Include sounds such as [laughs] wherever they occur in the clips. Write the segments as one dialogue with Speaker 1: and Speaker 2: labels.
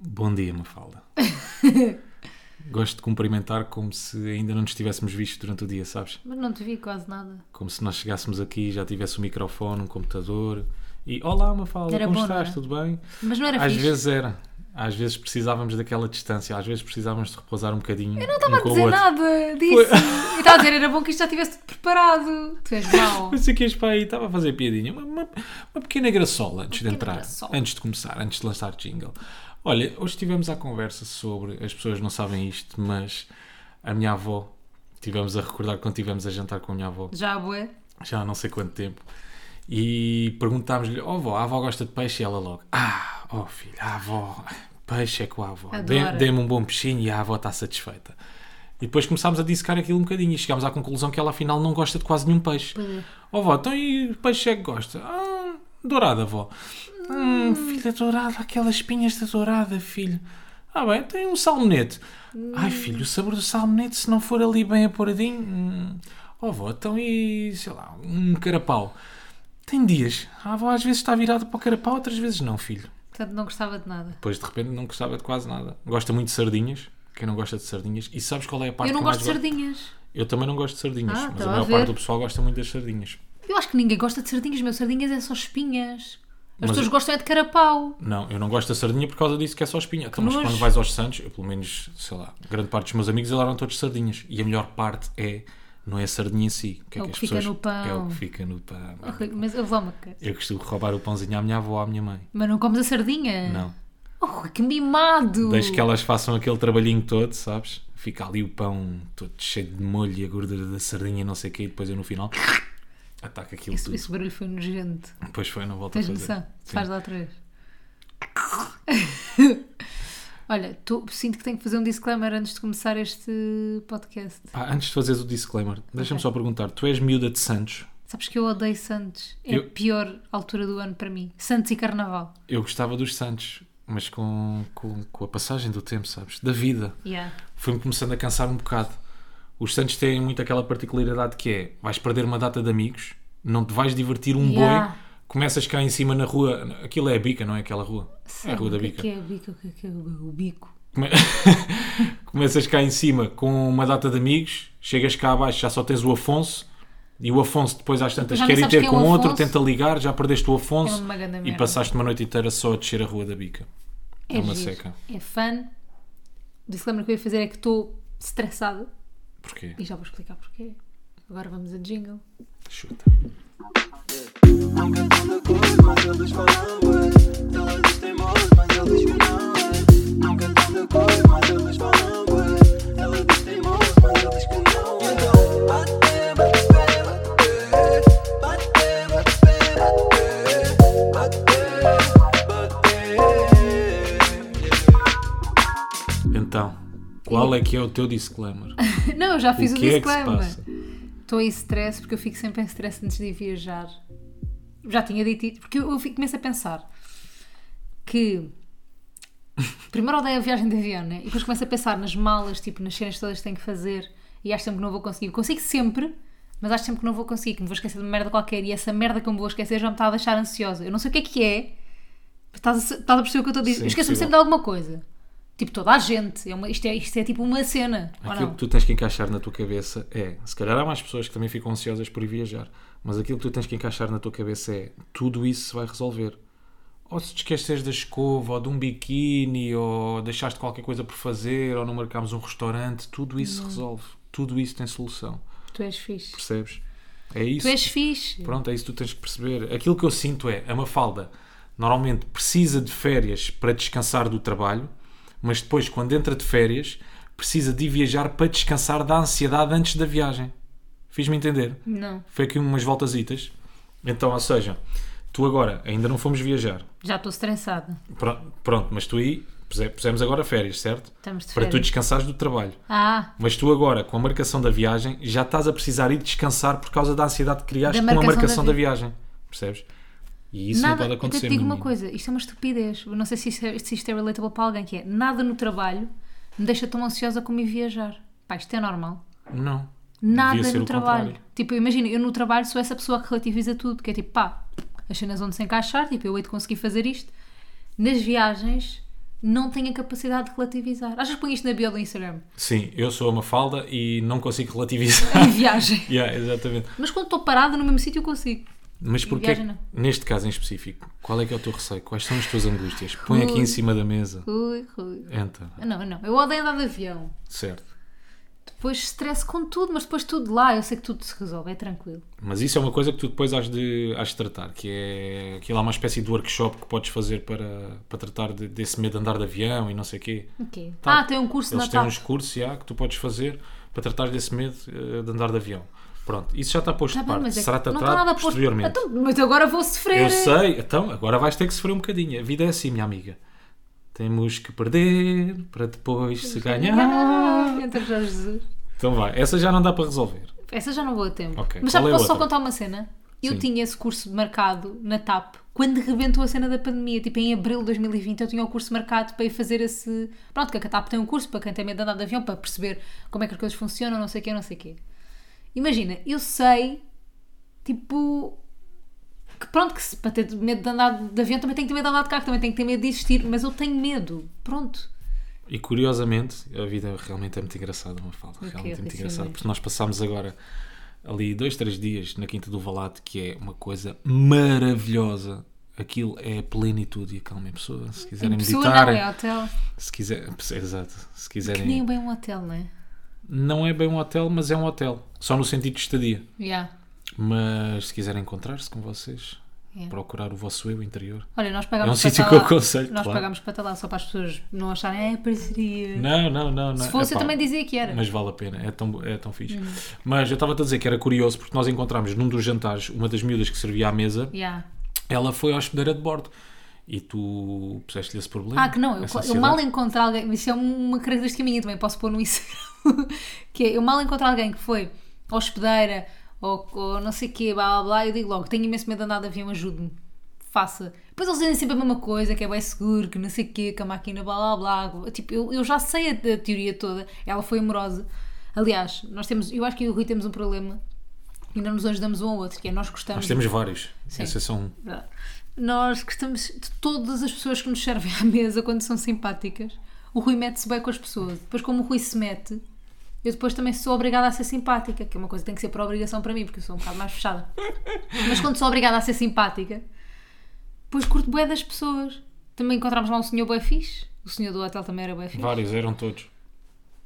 Speaker 1: Bom dia,
Speaker 2: [laughs]
Speaker 1: Mafalda. Gosto de cumprimentar como se ainda não nos tivéssemos visto durante o dia, sabes?
Speaker 2: Mas não te vi quase nada.
Speaker 1: Como se nós chegássemos aqui e já tivesse um microfone, um computador e Olá, Mafalda,
Speaker 2: Era
Speaker 1: como
Speaker 2: bom, não
Speaker 1: estás?
Speaker 2: era?
Speaker 1: Tudo bem?
Speaker 2: Mas não era
Speaker 1: Às
Speaker 2: fixe.
Speaker 1: vezes era. Às vezes precisávamos daquela distância, às vezes precisávamos de repousar um bocadinho. Eu
Speaker 2: Não estava a dizer nada disso. Eu estava a dizer, era bom que isto já estivesse tudo preparado. Tu és mau.
Speaker 1: Pensei que ias para aí, estava a fazer piadinha. Uma, uma- uma pequena graçola antes de
Speaker 2: pequena
Speaker 1: entrar,
Speaker 2: graçola.
Speaker 1: antes de começar, antes de lançar jingle. Olha, hoje tivemos a conversa sobre, as pessoas não sabem isto, mas a minha avó, tivemos a recordar quando estivemos a jantar com a minha avó,
Speaker 2: Já, bué.
Speaker 1: já há não sei quanto tempo, e perguntámos-lhe, oh avó, a avó gosta de peixe? E ela logo, ah, oh filho, a avó, peixe é com a avó. Dê-
Speaker 2: Adora."
Speaker 1: Dê-me um bom peixinho e a avó está satisfeita. E depois começámos a dissecar aquilo um bocadinho e chegámos à conclusão que ela afinal não gosta de quase nenhum peixe. Ó vó, então e o peixe é que gosta? Ah, dourada, vó. Hum, filha dourada, aquelas espinhas da dourada, filho. Ah bem, tem um salmonete. Ai, filho, o sabor do salmonete, se não for ali bem apuradinho... Hum. Ó vó, então e, sei lá, um carapau. Tem dias. A avó às vezes está virada para o carapau, outras vezes não, filho.
Speaker 2: Portanto, não gostava de nada.
Speaker 1: Depois, de repente, não gostava de quase nada. Gosta muito de sardinhas. Quem não gosta de sardinhas? E sabes qual é a parte
Speaker 2: Eu não
Speaker 1: que mais
Speaker 2: gosto de
Speaker 1: gosto?
Speaker 2: sardinhas.
Speaker 1: Eu também não gosto de sardinhas,
Speaker 2: Ah,
Speaker 1: mas a
Speaker 2: estava a
Speaker 1: maior parte
Speaker 2: ver.
Speaker 1: do pessoal gosta muito das sardinhas.
Speaker 2: Eu acho que ninguém gosta de sardinhas. Meu, sardinhas é só espinhas. As
Speaker 1: Mas-
Speaker 2: pessoas gostam é de carapau.
Speaker 1: Não, eu não gosto da sardinha por causa disso que é só espinha. Então, mas
Speaker 2: nojo.
Speaker 1: quando vais aos Santos, eu pelo menos, sei lá, grande parte dos meus amigos eles eram todos sardinhas. E a melhor parte é, não é a sardinha em si.
Speaker 2: É o
Speaker 1: as
Speaker 2: que fica no pão.
Speaker 1: É o que fica no pão.
Speaker 2: Mas eu vou uma cara.
Speaker 1: Eu costumo roubar o pãozinho à minha avó, à minha mãe.
Speaker 2: Mas não comes a sardinha?
Speaker 1: Não.
Speaker 2: Oh, que mimado!
Speaker 1: Deixo que elas façam aquele trabalhinho todo, sabes? Fica ali o pão todo cheio de molho e a gordura da sardinha e não sei o quê. E depois eu no final, ataca aquilo
Speaker 2: Isso-
Speaker 1: tudo.
Speaker 2: Esse barulho foi nojento.
Speaker 1: Depois foi, não volta a
Speaker 2: Tens
Speaker 1: fazer.
Speaker 2: noção?
Speaker 1: Sim.
Speaker 2: Faz lá outra vez. [laughs] Olha, tô- sinto que tenho que fazer um disclaimer antes de começar este podcast.
Speaker 1: Pá, antes de fazeres o disclaimer, deixa-me
Speaker 2: Ok.
Speaker 1: só perguntar. Tu és miúda de Santos?
Speaker 2: Sabes que eu odeio Santos. É
Speaker 1: Eu-
Speaker 2: a pior altura do ano para mim. Santos e Carnaval.
Speaker 1: Eu gostava dos Santos, mas com, com, com a passagem do tempo, sabes? Da vida.
Speaker 2: Yeah.
Speaker 1: Fui-me começando a cansar um bocado. Os Santos têm muito aquela particularidade que é: vais perder uma data de amigos, não te vais divertir um
Speaker 2: Yeah.
Speaker 1: boi, começas cá em cima na rua. Aquilo é a bica, não é aquela rua? é a rua da
Speaker 2: O que é
Speaker 1: bica.
Speaker 2: que é a bica? O que é que é o bico?
Speaker 1: Come- [laughs] começas cá em cima com uma data de amigos, chegas cá abaixo, já só tens o Afonso. E o Afonso depois às tantas
Speaker 2: Já
Speaker 1: quer ir
Speaker 2: nem sabes
Speaker 1: ter
Speaker 2: quem é
Speaker 1: com
Speaker 2: o
Speaker 1: outro,
Speaker 2: Afonso. É
Speaker 1: tenta ligar, já perdeste o Afonso
Speaker 2: uma grande
Speaker 1: e
Speaker 2: merda.
Speaker 1: passaste uma noite inteira só a descer a rua da bica. É uma
Speaker 2: giro.
Speaker 1: seca.
Speaker 2: É fã. O disclaimer que eu ia fazer é que estou estressada.
Speaker 1: Porquê?
Speaker 2: E já vou explicar porquê. Agora vamos a jingle. [laughs]
Speaker 1: Chuta.
Speaker 3: Nunca tão de cor, mas eles falam ué. Elas têm moço, mas eles que não é. Nunca tão de cor, mas eles falam ué. Elas têm moço, mas eles que não é. Então, bate, bate, bate, bate, bate, bate, bate, bate.
Speaker 1: Então, qual é que é o teu disclaimer?
Speaker 2: Não, eu já [laughs] fiz o,
Speaker 1: o que é que se
Speaker 2: disclaimer.
Speaker 1: passa?
Speaker 2: Estou em stress porque eu fico sempre em stress antes de ir viajar. Já tinha dito isso, porque eu, eu fico- começo a pensar que primeiro odeio a viagem de avião, né? E depois começo a pensar nas malas, tipo nas cenas todas que tenho que fazer e acho sempre que não vou conseguir. Consigo sempre, mas acho sempre que não vou conseguir, que me vou esquecer de uma merda qualquer e essa merda que eu me vou esquecer já me está a deixar ansiosa. Eu não sei o que é que é, mas estás a, se- estás a perceber o que eu estou a dizer?
Speaker 1: Sim,
Speaker 2: Eu Esqueço-me
Speaker 1: possível.
Speaker 2: sempre de alguma coisa. Tipo, toda a gente. É uma- isto, é, isto é tipo uma cena. ou
Speaker 1: Aquilo
Speaker 2: não?
Speaker 1: que tu tens que encaixar na tua cabeça é, se calhar há mais pessoas que também ficam ansiosas por ir viajar, mas aquilo que tu tens que encaixar na tua cabeça é tudo isso se vai resolver. Ou se te esqueceres da escova, ou de um biquíni, ou deixaste qualquer coisa por fazer, ou não marcámos um restaurante, tudo isso se resolve. Tudo isso tem solução.
Speaker 2: Tu és fixe.
Speaker 1: Percebes? É isso.
Speaker 2: Tu és fixe.
Speaker 1: Pronto, é isso que tu tens que perceber. Aquilo que eu sinto é, a Mafalda normalmente precisa de férias para descansar do trabalho, mas depois, quando entra de férias, precisa de ir viajar para descansar da ansiedade antes da viagem. Fiz-me entender?
Speaker 2: Não.
Speaker 1: Foi aqui umas voltazitas. Então, ou seja, tu agora, ainda não fomos viajar.
Speaker 2: Já estou estressada.
Speaker 1: Pro- Pronto, mas tu aí, puse- pusemos agora férias, certo?
Speaker 2: Estamos de
Speaker 1: Para tu
Speaker 2: férias.
Speaker 1: descansares do trabalho.
Speaker 2: Ah,
Speaker 1: Mas tu agora, com a marcação da viagem, já estás a precisar ir descansar por causa da ansiedade que criaste
Speaker 2: Da
Speaker 1: com a
Speaker 2: marcação
Speaker 1: marcação da,
Speaker 2: da
Speaker 1: viagem. Percebes? E isso
Speaker 2: nada.
Speaker 1: não pode
Speaker 2: Eu
Speaker 1: acontecer.
Speaker 2: te digo
Speaker 1: meu
Speaker 2: uma
Speaker 1: amigo.
Speaker 2: coisa. Isto é uma estupidez. Eu não sei se isto, é, se isto é relatable para alguém que é. Nada no trabalho me deixa tão ansiosa como ir viajar. Pá, isto é normal.
Speaker 1: Não.
Speaker 2: Nada
Speaker 1: Devia ser
Speaker 2: no
Speaker 1: o
Speaker 2: trabalho.
Speaker 1: contrário.
Speaker 2: Tipo, imagina, eu no trabalho sou essa pessoa que relativiza tudo. Que é tipo, pá, as cenas onde se encaixar. Tipo, eu hei de conseguir fazer isto. Nas viagens, não tem a capacidade de relativizar. Achas que põe isto na bio do Instagram?
Speaker 1: Sim, eu sou uma falda e não consigo relativizar. [laughs]
Speaker 2: [laughs] Em viagem.
Speaker 1: yeah, exatamente.
Speaker 2: Mas quando estou parada no mesmo sítio, eu consigo.
Speaker 1: Mas porquê,
Speaker 2: viagem não.
Speaker 1: neste caso em específico, qual é que é o teu receio? Quais são as tuas angústias? Põe aqui em cima da mesa.
Speaker 2: Rui, Rui.
Speaker 1: Entra.
Speaker 2: Não, não. Eu odeio andar de avião.
Speaker 1: Certo.
Speaker 2: Depois estresse com tudo, mas depois tudo lá. Eu sei que tudo se resolve, é tranquilo.
Speaker 1: Mas isso é uma coisa que tu depois has de, has de tratar, que é aquilo há uma espécie de workshop que podes fazer para, para tratar de- desse medo de andar de avião e não sei o quê.
Speaker 2: Ok.
Speaker 1: Tá.
Speaker 2: Ah, tem um curso
Speaker 1: Eles
Speaker 2: na
Speaker 1: têm
Speaker 2: TAP.
Speaker 1: uns cursos já, que tu podes fazer para tratar desse medo eh, de andar de avião. Pronto, isso já está posto
Speaker 2: Tá
Speaker 1: de
Speaker 2: bem,
Speaker 1: parte.
Speaker 2: mas é que
Speaker 1: Será
Speaker 2: não
Speaker 1: tratado
Speaker 2: está nada posto.
Speaker 1: posteriormente.
Speaker 2: Então, eh, mas agora vou sofrer.
Speaker 1: Eu sei, então agora vais ter que sofrer um bocadinho. A vida é assim, minha amiga. Temos que perder para depois se ganhar.
Speaker 2: [laughs] Ah, entra já Jesus.
Speaker 1: Então vai, essa já não dá para resolver.
Speaker 2: Essa já não vou a tempo.
Speaker 1: Ok,
Speaker 2: Mas já
Speaker 1: qual é a
Speaker 2: posso só
Speaker 1: outra?
Speaker 2: contar uma cena? Eu
Speaker 1: Sim.
Speaker 2: tinha esse curso marcado na TAP quando rebentou a cena da pandemia, tipo em abril de 2020. Eu tinha o curso marcado para ir fazer esse. Pronto, que a TAP tem um curso para quem tem medo de andar de avião, para perceber como é que as coisas funcionam, não sei o quê, não sei o quê. Imagina, eu sei, tipo. Que pronto, que se, para ter medo de andar de avião também tenho que ter medo de andar de carro, também tenho que ter medo de existir, mas eu tenho medo. Pronto.
Speaker 1: E curiosamente, a vida realmente é muito engraçada, uma falta. Realmente é muito
Speaker 2: Rui,
Speaker 1: engraçada.
Speaker 2: sim,
Speaker 1: Porque nós passámos agora ali dois, três dias na Quinta do Valato, que é uma coisa maravilhosa. Aquilo é a plenitude e a calma em pessoa. Se quiserem
Speaker 2: pessoa
Speaker 1: meditar,
Speaker 2: não é hotel.
Speaker 1: se quiserem. Exato. Se
Speaker 2: Que nem
Speaker 1: quiserem.
Speaker 2: bem um hotel, não é?
Speaker 1: Não é bem um hotel, mas é um hotel. Só no sentido de estadia.
Speaker 2: Yeah.
Speaker 1: Mas se quiserem encontrar-se com vocês,
Speaker 2: É.
Speaker 1: procurar o vosso eu interior.
Speaker 2: Olha, nós
Speaker 1: É um
Speaker 2: pagámos para
Speaker 1: sítio
Speaker 2: estar
Speaker 1: que eu
Speaker 2: lá.
Speaker 1: aconselho,
Speaker 2: Nós
Speaker 1: claro.
Speaker 2: pagámos para estar lá só para as pessoas não acharem, é parceria.
Speaker 1: Não, não, não. não.
Speaker 2: Se fosse, eu
Speaker 1: Epá,
Speaker 2: também dizia que era.
Speaker 1: Mas vale a pena, é tão, é tão fixe.
Speaker 2: Hum.
Speaker 1: Mas eu estava a dizer que era curioso porque nós encontramos num dos jantares uma das miúdas que servia à mesa,
Speaker 2: Yeah.
Speaker 1: ela foi à hospedeira de bordo e tu puseste-lhe esse problema.
Speaker 2: Ah, que não, eu,
Speaker 1: essa
Speaker 2: eu mal
Speaker 1: ansiedade.
Speaker 2: encontro alguém, mas isso é uma característica minha também, posso pôr no Instagram, [laughs] que é, eu mal encontro alguém que foi hospedeira ou, ou não sei o quê, blá blá blá, eu digo logo, tenho imenso medo de andar de avião, ajude-me, faça. Depois eles dizem sempre a mesma coisa, que é bem seguro, que não sei o quê, que a máquina blá blá blá, tipo, eu, eu já sei a, a teoria toda, ela foi amorosa. Aliás, nós temos, eu acho que eu e o Rui temos um problema, e não nos ajudamos um ao outro, que é nós gostamos
Speaker 1: Nós temos vários. Esse é só um.
Speaker 2: Verdade. Nós gostamos de todas as pessoas que nos servem à mesa quando são simpáticas. O Rui mete-se bem com as pessoas. Depois, como o Rui se mete, eu depois também sou obrigada a ser simpática, que é uma coisa que tem que ser por obrigação para mim, porque eu sou um bocado mais fechada.
Speaker 1: [laughs]
Speaker 2: Mas quando sou obrigada a ser simpática, depois curto bué das pessoas. Também encontramos lá um senhor bué fixe. O senhor do hotel também era bué fixe.
Speaker 1: Vários, eram todos.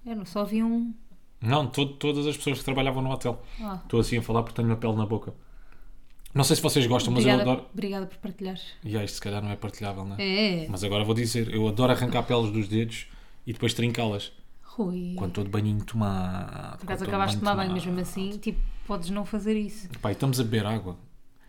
Speaker 2: Eu não só havia um.
Speaker 1: Não, to- todas as pessoas que trabalhavam no hotel.
Speaker 2: Ah.
Speaker 1: Estou assim a falar porque tenho uma pele na boca. Não sei se vocês gostam, mas
Speaker 2: Obrigada,
Speaker 1: eu adoro.
Speaker 2: obrigada por partilhar.
Speaker 1: E ah, isto se calhar não é partilhável, não é?
Speaker 2: É,
Speaker 1: Mas agora vou dizer, eu adoro arrancar peles dos dedos e depois trincá-las.
Speaker 2: Rui.
Speaker 1: Quando estou de banhinho tomado.
Speaker 2: Por acaso acabaste de tomar banho, mas mesmo assim, tipo, podes não fazer isso.
Speaker 1: Pai, estamos a beber água.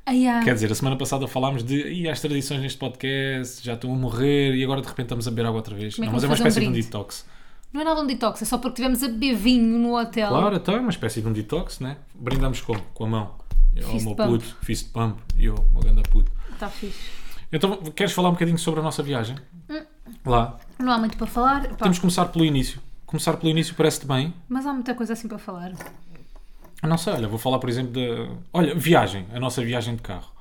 Speaker 2: Ai, ai.
Speaker 1: Quer dizer, a semana passada falámos de "Ih, as tradições neste podcast, já estão a morrer e agora de repente estamos a beber água outra vez.
Speaker 2: Como é que
Speaker 1: Não, mas é uma
Speaker 2: vamos fazer
Speaker 1: espécie
Speaker 2: um
Speaker 1: de um
Speaker 2: brinde?
Speaker 1: detox.
Speaker 2: Não é nada um detox, é só porque tivemos a beber vinho no hotel.
Speaker 1: Claro, então é uma espécie de um detox, né? Brindamos como? Com a mão. Eu,
Speaker 2: Fist
Speaker 1: meu
Speaker 2: pump.
Speaker 1: puto, fist pump, eu, meu ganda puto.
Speaker 2: Está fixe.
Speaker 1: Então, queres falar um bocadinho sobre a nossa viagem?
Speaker 2: Hum.
Speaker 1: Lá.
Speaker 2: Não há muito para falar, pá,
Speaker 1: Temos que começar pelo início. Começar pelo início parece-te bem.
Speaker 2: mas há muita coisa assim para falar.
Speaker 1: Eu Não sei, olha, vou falar por exemplo da. Olha, viagem, a nossa viagem de carro.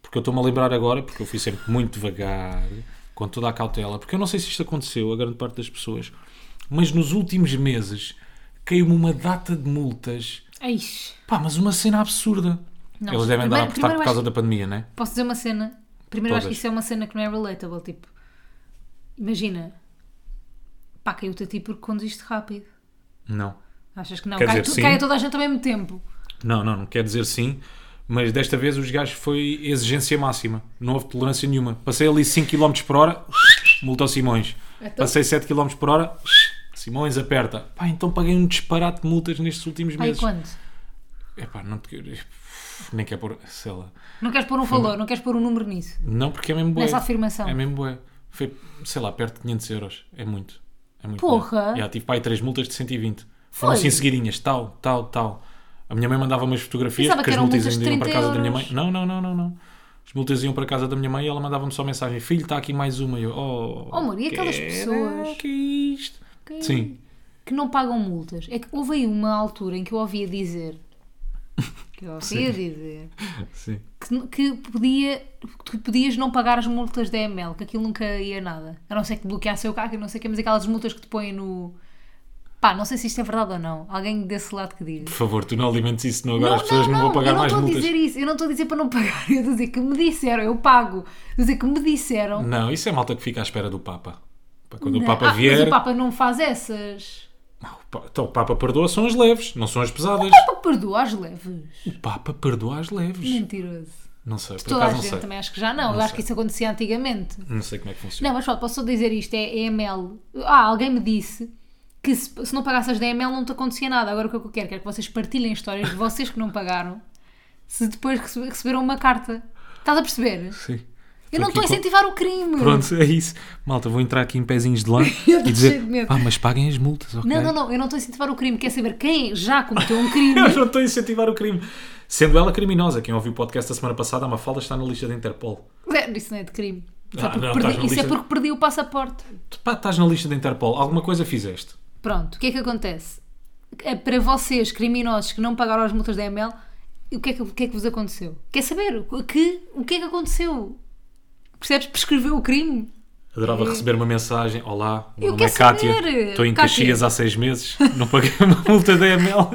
Speaker 1: Porque eu estou-me a lembrar agora, porque eu fui sempre muito devagar, com toda a cautela, porque eu não sei se isto aconteceu a grande parte das pessoas, mas nos últimos meses caiu-me uma data de multas.
Speaker 2: Eish.
Speaker 1: Pá, mas uma cena absurda.
Speaker 2: Não,
Speaker 1: Eles devem andar a
Speaker 2: primeiro-
Speaker 1: apertar
Speaker 2: primeiro
Speaker 1: por causa da pandemia, né?
Speaker 2: Posso dizer uma cena? Primeiro eu acho que
Speaker 1: Todas.
Speaker 2: isso é uma cena que não é relatable, tipo... Imagina, pá, caiu-te a ti porque conduziste rápido.
Speaker 1: Não.
Speaker 2: Achas que não?
Speaker 1: Quer
Speaker 2: Cai,
Speaker 1: dizer,
Speaker 2: tu-
Speaker 1: sim.
Speaker 2: cai a toda a gente ao mesmo tempo.
Speaker 1: Não, não, não quer dizer sim, mas desta vez os gajos foi exigência máxima. Não houve tolerância nenhuma. Passei ali 5 km por hora, multou Simões.
Speaker 2: Então?
Speaker 1: Passei 7 km por hora, Simões aperta. Pá, então paguei um disparate de multas nestes últimos
Speaker 2: Pá, e
Speaker 1: meses.
Speaker 2: quando?
Speaker 1: Epá, não te quero. Nem quer pôr. Sei lá.
Speaker 2: Não queres pôr um valor, não queres pôr um número nisso.
Speaker 1: Não, porque é mesmo bué.
Speaker 2: Nessa afirmação.
Speaker 1: É mesmo bué. Foi, sei lá, perto de 500 euros. É muito. É muito
Speaker 2: Porra!
Speaker 1: bué. Já tive pá aí 3 multas de 120. Foram
Speaker 2: Foi?
Speaker 1: assim seguidinhas, tal, tal, tal. A minha mãe mandava umas fotografias
Speaker 2: Pensava
Speaker 1: porque
Speaker 2: que
Speaker 1: as
Speaker 2: eram
Speaker 1: multas
Speaker 2: multas de
Speaker 1: ainda iam para
Speaker 2: 30
Speaker 1: casa da minha mãe.
Speaker 2: euros.
Speaker 1: Não, não, não, não, não. As multas iam para casa da minha mãe e ela mandava-me só mensagem: Filho, está aqui mais uma. E eu, oh.
Speaker 2: Oh, amor, e aquelas
Speaker 1: que era?
Speaker 2: pessoas? é
Speaker 1: Que é isto? Sim.
Speaker 2: que não pagam multas. É que houve aí uma altura em que eu ouvia dizer que eu ouvia dizer
Speaker 1: Sim.
Speaker 2: que que, que podia, que tu podias não pagar as multas da ML, que aquilo nunca ia nada. A não ser que bloqueasse o carro, eu não sei o que, mas aquelas multas que te põem no. Pá, não sei se isto é verdade ou não. Alguém desse lado que diga.
Speaker 1: Por favor, tu não alimentes isso, senão agora as pessoas não, vão pagar
Speaker 2: eu não
Speaker 1: mais
Speaker 2: estou a
Speaker 1: multas.
Speaker 2: dizer isso, eu não estou a dizer para não pagar, eu estou a dizer que me disseram, eu pago. Estou a dizer que me disseram.
Speaker 1: Não, isso é malta que fica à espera do Papa. Para quando
Speaker 2: Não.
Speaker 1: o Papa
Speaker 2: Ah,
Speaker 1: vier.
Speaker 2: Mas o Papa não faz essas.
Speaker 1: Ah, o Pa- Então, o Papa perdoa são as leves, não são as pesadas.
Speaker 2: O Papa perdoa as leves.
Speaker 1: O Papa perdoa as leves.
Speaker 2: Mentiroso.
Speaker 1: Não sei, por
Speaker 2: Toda a
Speaker 1: acaso não
Speaker 2: gente
Speaker 1: sei.
Speaker 2: também acho que já não.
Speaker 1: Não
Speaker 2: eu acho
Speaker 1: sei.
Speaker 2: que isso acontecia antigamente.
Speaker 1: Não sei como é que funciona.
Speaker 2: Não, mas pronto, posso só dizer isto, é EML. Ah, alguém me disse que se, se não pagassas da EML não te acontecia nada. Agora o que é que eu quero? Quero que vocês partilhem histórias de vocês que não pagaram se depois rece- receberam uma carta. Estás a perceber?
Speaker 1: Sim.
Speaker 2: Eu não
Speaker 1: aqui
Speaker 2: estou a
Speaker 1: com-
Speaker 2: incentivar o crime.
Speaker 1: Pronto, é isso. Malta, vou entrar aqui em pezinhos de lã
Speaker 2: [laughs] Eu tô
Speaker 1: e
Speaker 2: cheio de
Speaker 1: dizer,
Speaker 2: medo.
Speaker 1: pá, mas paguem as multas, ok?
Speaker 2: Não, não, não, eu não estou a incentivar o crime. Quer saber quem já cometeu
Speaker 1: [laughs]
Speaker 2: um crime?
Speaker 1: Eu não estou a incentivar o crime. Sendo ela criminosa, quem ouviu o podcast da semana passada, a Mafalda está na lista da Interpol.
Speaker 2: Zero, Isso não é de crime. Só
Speaker 1: Ah,
Speaker 2: porque
Speaker 1: não,
Speaker 2: perdi-
Speaker 1: estás na
Speaker 2: isso é
Speaker 1: lista-
Speaker 2: porque perdi o passaporte.
Speaker 1: Tu, Pá, estás na lista da Interpol, alguma coisa fizeste.
Speaker 2: Pronto, o que é que acontece? É Para vocês, criminosos que não pagaram as multas da ML, o que é que, o que, é que vos aconteceu? Quer saber? O que, o que é que aconteceu? Percebes? Prescreveu o crime?
Speaker 1: Adorava receber uma mensagem: Olá, meu
Speaker 2: Eh, Eu
Speaker 1: nome é
Speaker 2: quero
Speaker 1: Cátia,
Speaker 2: saber.
Speaker 1: estou em
Speaker 2: Cátia.
Speaker 1: Caxias há seis meses, não paguei uma multa da ML.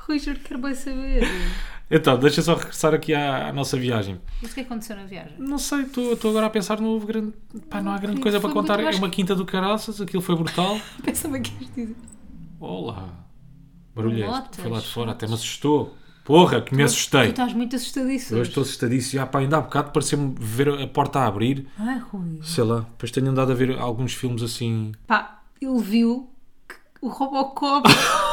Speaker 2: Rui, juro que quero bem saber.
Speaker 1: Então, deixa só regressar aqui à, à nossa viagem.
Speaker 2: Mas o que é que aconteceu na [laughs] viagem?
Speaker 1: Não sei, estou estou agora a pensar, não houve grande. Pá, não há grande
Speaker 2: Foi-
Speaker 1: coisa para
Speaker 2: foi
Speaker 1: contar.
Speaker 2: muito
Speaker 1: É
Speaker 2: mais-
Speaker 1: uma quinta do caraças, aquilo foi brutal.
Speaker 2: Pensava que ias dizer.
Speaker 1: Olá! Barulho é este?
Speaker 2: Notas,
Speaker 1: Foi lá de fora, até me assustou. Porra, que me
Speaker 2: Tu
Speaker 1: assustei!
Speaker 2: estás muito assustadíssimo.
Speaker 1: Hoje estou assustadíssimo. Já pá, ainda há bocado pareceu-me ver a porta a abrir.
Speaker 2: Ah, Rui.
Speaker 1: Sei lá, depois tenho andado a ver alguns filmes assim.
Speaker 2: Pá, ele viu que o Robocop.
Speaker 1: [laughs]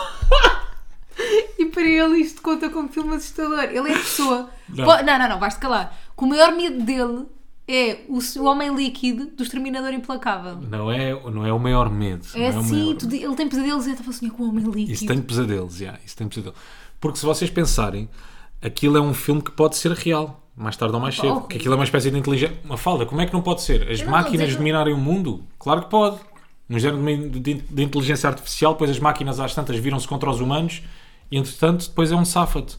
Speaker 2: e para ele isto conta como filme assustador. Ele é a pessoa.
Speaker 1: Não.
Speaker 2: Não, não, não, não vais-te calar. Que o maior medo dele é o, s- o homem líquido do exterminador implacável.
Speaker 1: Não é, não é o maior medo.
Speaker 2: É
Speaker 1: não o
Speaker 2: assim,
Speaker 1: maior-
Speaker 2: tu di- ele tem pesadelos e eu estava assim com o homem líquido.
Speaker 1: Isso tem pesadelos, já. Isso tem pesadelos. Porque se vocês pensarem, aquilo é um filme que pode ser real. Mais tarde ou mais
Speaker 2: Opa,
Speaker 1: cedo.
Speaker 2: oh,
Speaker 1: Porque aquilo é uma espécie de inteligência. Uma falda, como é que não pode ser? As
Speaker 2: não estou a
Speaker 1: máquinas
Speaker 2: dizer-
Speaker 1: dominarem o mundo? Claro que pode. No género de, de- de inteligência artificial, depois as máquinas às tantas viram-se contra os humanos e entretanto depois é um sáfado.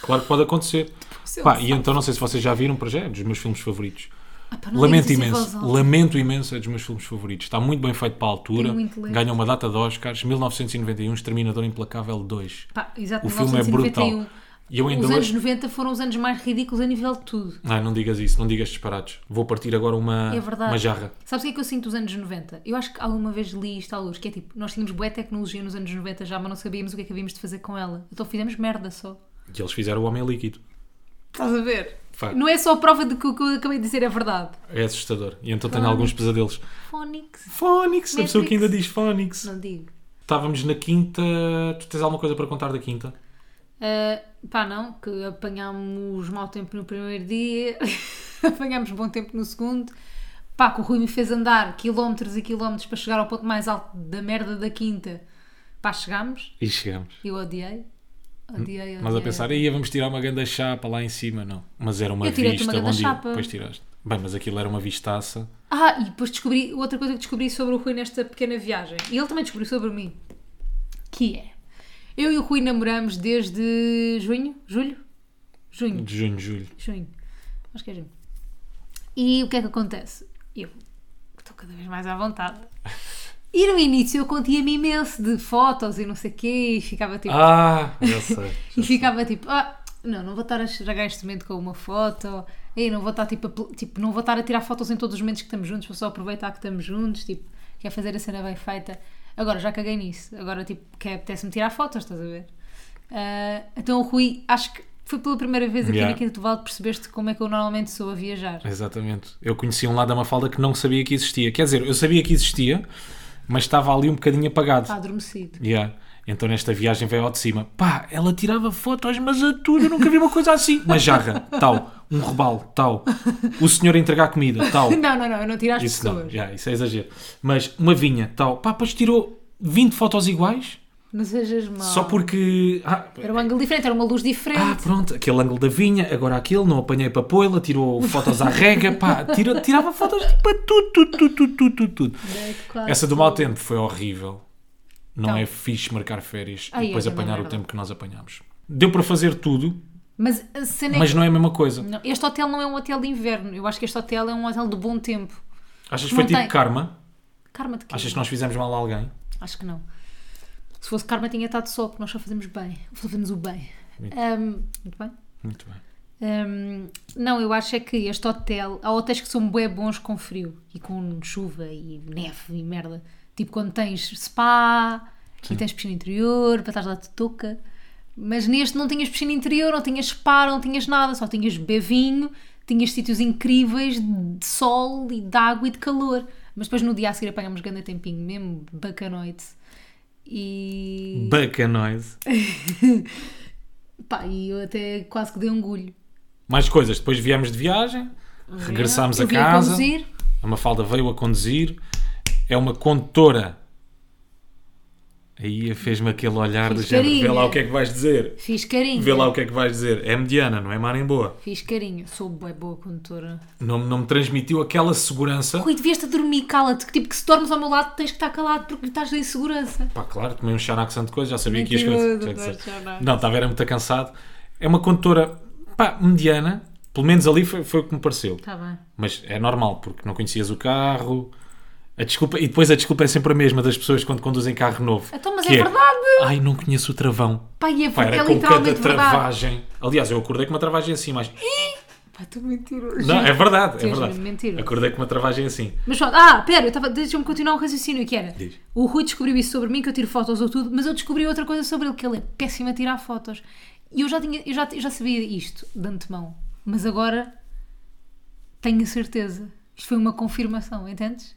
Speaker 1: Claro que pode acontecer.
Speaker 2: Isso é um
Speaker 1: Pá,
Speaker 2: sáfado.
Speaker 1: e então não sei se vocês já viram para já, é dos meus filmes favoritos.
Speaker 2: Ah, pá, não
Speaker 1: Lamento
Speaker 2: digas isso em voz
Speaker 1: imenso,
Speaker 2: alta.
Speaker 1: lamento imenso, é dos meus filmes favoritos. Está muito bem feito para a altura.
Speaker 2: Tem É muito talento.
Speaker 1: Ganhou uma data de Oscars, 1991, Exterminador Implacável 2.
Speaker 2: Pá, exato,
Speaker 1: O filme é
Speaker 2: 1991.
Speaker 1: brutal. E eu ainda
Speaker 2: Os anos
Speaker 1: hoje.
Speaker 2: 90 foram os anos mais ridículos a nível de tudo.
Speaker 1: Ai, não digas isso, não digas disparados. Vou partir agora uma,
Speaker 2: É verdade.
Speaker 1: uma jarra.
Speaker 2: Sabes o que é que eu sinto dos anos 90? Eu acho que alguma vez li isto à luz, que é tipo, nós tínhamos boa tecnologia nos anos 90 já, mas não sabíamos o que é que havíamos de fazer com ela. Então fizemos merda só.
Speaker 1: E eles fizeram o Homem Líquido.
Speaker 2: Estás a ver?
Speaker 1: Facto.
Speaker 2: Não é só a prova de que o que eu acabei de dizer é verdade.
Speaker 1: É assustador. E então tenho
Speaker 2: Fónix.
Speaker 1: alguns pesadelos.
Speaker 2: Phonics.
Speaker 1: Fónix, a pessoa
Speaker 2: Matrix.
Speaker 1: que ainda diz Fónix.
Speaker 2: Não digo.
Speaker 1: Estávamos na quinta. Tu tens alguma coisa para contar da quinta?
Speaker 2: Ah, pá, não, que apanhámos mau tempo no primeiro dia, [laughs] apanhámos bom tempo no segundo. Pá, que o Rui me fez andar quilómetros e quilómetros para chegar ao ponto mais alto da merda da quinta. Pá, chegámos.
Speaker 1: E chegamos.
Speaker 2: Eu odiei. Odiei, odiei.
Speaker 1: Mas a pensar, aí vamos tirar uma ganda chapa lá em cima, não. Mas era uma
Speaker 2: Eu tirei-te
Speaker 1: vista,
Speaker 2: uma
Speaker 1: bom
Speaker 2: ganda
Speaker 1: dia.
Speaker 2: chapa.
Speaker 1: Depois tiraste. Bem, mas aquilo era uma vistaça.
Speaker 2: Ah, e depois descobri outra coisa que descobri sobre o Rui nesta pequena viagem. E ele também descobriu sobre mim. Que é. Eu e o Rui namoramos desde junho? Julho? Junho.
Speaker 1: De junho, julho.
Speaker 2: Junho. Acho que é junho. E o que é que acontece? Eu estou cada vez mais à vontade. E no início eu contia-me imenso de fotos e não sei o quê, e ficava tipo.
Speaker 1: Ah, já sei.
Speaker 2: E ficava tipo, ah, não, não vou estar a estragar este momento com uma foto, ei, não vou estar tipo, a, pl- tipo, não vou estar a tirar fotos em todos os momentos que estamos juntos, vou só aproveitar que estamos juntos, tipo, quer fazer a cena bem feita. Agora já caguei nisso, agora tipo, quer apetece-me tirar fotos, estás a ver? Ah, então o Rui, acho que foi pela primeira vez aqui
Speaker 1: Yeah. É.
Speaker 2: na Quinta do Vale que percebeste como é que eu normalmente sou a viajar.
Speaker 1: [laughs] Exatamente. Eu conheci um lado da Mafalda que não sabia que existia. Quer dizer, eu sabia que existia, mas estava ali um bocadinho apagado.
Speaker 2: Está adormecido.
Speaker 1: Yeah. Então nesta viagem veio ao de cima. Pá, ela tirava fotos, mas a tudo, eu nunca vi uma coisa assim. Uma jarra, tal. Um robalo, tal. O senhor a entregar comida, tal.
Speaker 2: [laughs] Não, não, não, eu não tiro às
Speaker 1: Isso não,
Speaker 2: pessoas.
Speaker 1: já, isso é exagero. Mas uma vinha, tal. Pá, pois tirou 20 fotos iguais,
Speaker 2: Não sejas mal.
Speaker 1: só porque... Ah,
Speaker 2: Era um ângulo diferente, era uma luz diferente.
Speaker 1: ah, pronto, aquele ângulo da vinha, agora aquele, não apanhei para poila, tirou
Speaker 2: [laughs]
Speaker 1: fotos à rega, pá, tira- tirava fotos tipo a tudo, tudo, tudo, tudo, tudo, tudo, tudo.
Speaker 2: É
Speaker 1: Essa do mau tempo foi horrível. Não
Speaker 2: Então.
Speaker 1: é fixe marcar férias
Speaker 2: Ai,
Speaker 1: e depois
Speaker 2: é uma
Speaker 1: apanhar o
Speaker 2: merda.
Speaker 1: tempo que nós apanhámos. Deu para fazer tudo,
Speaker 2: Mas a cena é
Speaker 1: Mas
Speaker 2: que-
Speaker 1: não é a mesma coisa.
Speaker 2: não, este hotel não é um hotel de inverno. Eu acho que este hotel é um hotel de bom tempo.
Speaker 1: Achas que foi
Speaker 2: Não
Speaker 1: tipo
Speaker 2: tem.
Speaker 1: karma?
Speaker 2: Karma de quê?
Speaker 1: Achas que nós fizemos mal a alguém?
Speaker 2: Acho que não. Se fosse karma, tinha estado só, porque nós só fazemos bem. Só fazemos o bem.
Speaker 1: Muito.
Speaker 2: Ahm, muito bem.
Speaker 1: Muito bem.
Speaker 2: Ahm, não, eu acho é que este hotel. Há hotéis que são bem bons com frio e com chuva e neve e merda. Tipo quando tens spa e tens piscina interior para estar lá de touca. Mas neste não tinhas piscina interior, não tinhas spa, não tinhas nada, só tinhas bevinho, tinhas sítios incríveis de sol e de água e de calor. Mas depois no dia a seguir apanhámos grande tempinho, mesmo bacanoite. E.
Speaker 1: Bacanoise.
Speaker 2: pá, e eu até quase que dei um gulho.
Speaker 1: Mais coisas. Depois viemos de viagem, regressámos
Speaker 2: Eu
Speaker 1: a
Speaker 2: vim a
Speaker 1: casa.
Speaker 2: conduzir.
Speaker 1: A Mafalda veio a conduzir. É uma condutora. Aí fez-me aquele olhar do
Speaker 2: Fiz
Speaker 1: género. Vê
Speaker 2: carinha.
Speaker 1: lá o que é que vais dizer.
Speaker 2: Fiz carinho.
Speaker 1: Vê lá o que é que vais dizer. É mediana, não é mar em boa.
Speaker 2: Fiz carinho. Sou boa, boa condutora.
Speaker 1: Não, não me transmitiu aquela segurança.
Speaker 2: Rui, devias-te dormir, cala-te. Que tipo, que se dormes ao meu lado tens que estar calado porque estás em segurança.
Speaker 1: Pá, claro, tomei um xanax antes de coisa, já sabia que ias
Speaker 2: Mentiroso,
Speaker 1: coisas.
Speaker 2: tomar xanax.
Speaker 1: Não, estava era muito cansado. É uma condutora, pá, mediana. Pelo menos ali foi, foi o que me pareceu.
Speaker 2: Está Tá bem.
Speaker 1: Mas é normal, porque não conhecias o carro. A desculpa, e depois a desculpa é sempre a mesma das pessoas quando conduzem carro novo.
Speaker 2: Então, mas
Speaker 1: que
Speaker 2: é verdade.
Speaker 1: Ai, não conheço o travão.
Speaker 2: Pá, e é,
Speaker 1: Pá,
Speaker 2: verdade,
Speaker 1: era com
Speaker 2: é
Speaker 1: cada
Speaker 2: literalmente verdade. É
Speaker 1: travagem. Aliás, eu acordei com uma travagem assim, mas.
Speaker 2: Pá, tu mentiroso.
Speaker 1: Não, é verdade, é
Speaker 2: Tens
Speaker 1: verdade.
Speaker 2: mesmo mentira.
Speaker 1: Acordei com uma travagem assim.
Speaker 2: Mas pronto, ah, pera, eu estava- deixa-me continuar o raciocínio que era.
Speaker 1: Diz.
Speaker 2: O Rui descobriu isso sobre mim, que eu tiro fotos ou tudo, mas eu descobri outra coisa sobre ele, que ele é péssimo a tirar fotos. E eu já, tinha, eu já, eu já sabia isto de antemão, mas agora tenho a certeza. Isto foi uma confirmação, entendes?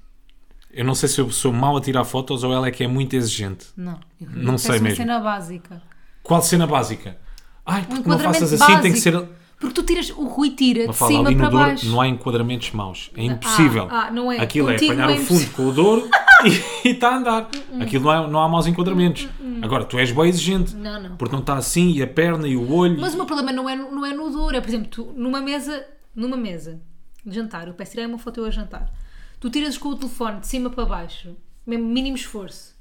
Speaker 1: Eu não sei se eu sou mau a tirar fotos ou ela é que é muito exigente.
Speaker 2: Não, eu
Speaker 1: Não
Speaker 2: eu
Speaker 1: sei
Speaker 2: peço
Speaker 1: mesmo.
Speaker 2: Uma cena básica.
Speaker 1: Qual cena básica? Ai,
Speaker 2: Um
Speaker 1: porque não
Speaker 2: enquadramento
Speaker 1: faças assim,
Speaker 2: básico.
Speaker 1: tem que ser.
Speaker 2: Porque tu tiras, o Rui tira de
Speaker 1: Mafalda,
Speaker 2: cima
Speaker 1: ali no
Speaker 2: para
Speaker 1: Douro
Speaker 2: baixo.
Speaker 1: não é? há enquadramentos maus. É impossível.
Speaker 2: ah, não é.
Speaker 1: Aquilo
Speaker 2: Contigo
Speaker 1: é apanhar
Speaker 2: é
Speaker 1: o fundo
Speaker 2: impossível.
Speaker 1: com o
Speaker 2: [laughs]
Speaker 1: Douro e está a andar. Aquilo não, é- não há maus enquadramentos. Agora, tu és bem exigente.
Speaker 2: Hum, Não, não.
Speaker 1: Porque não está assim e a perna e o olho.
Speaker 2: Mas o meu problema não é, não é no odor, é por exemplo, tu, numa mesa, numa mesa de jantar, eu peço tirar uma foto eu a jantar, tu tiras com o telefone de cima para baixo, mesmo mínimo esforço,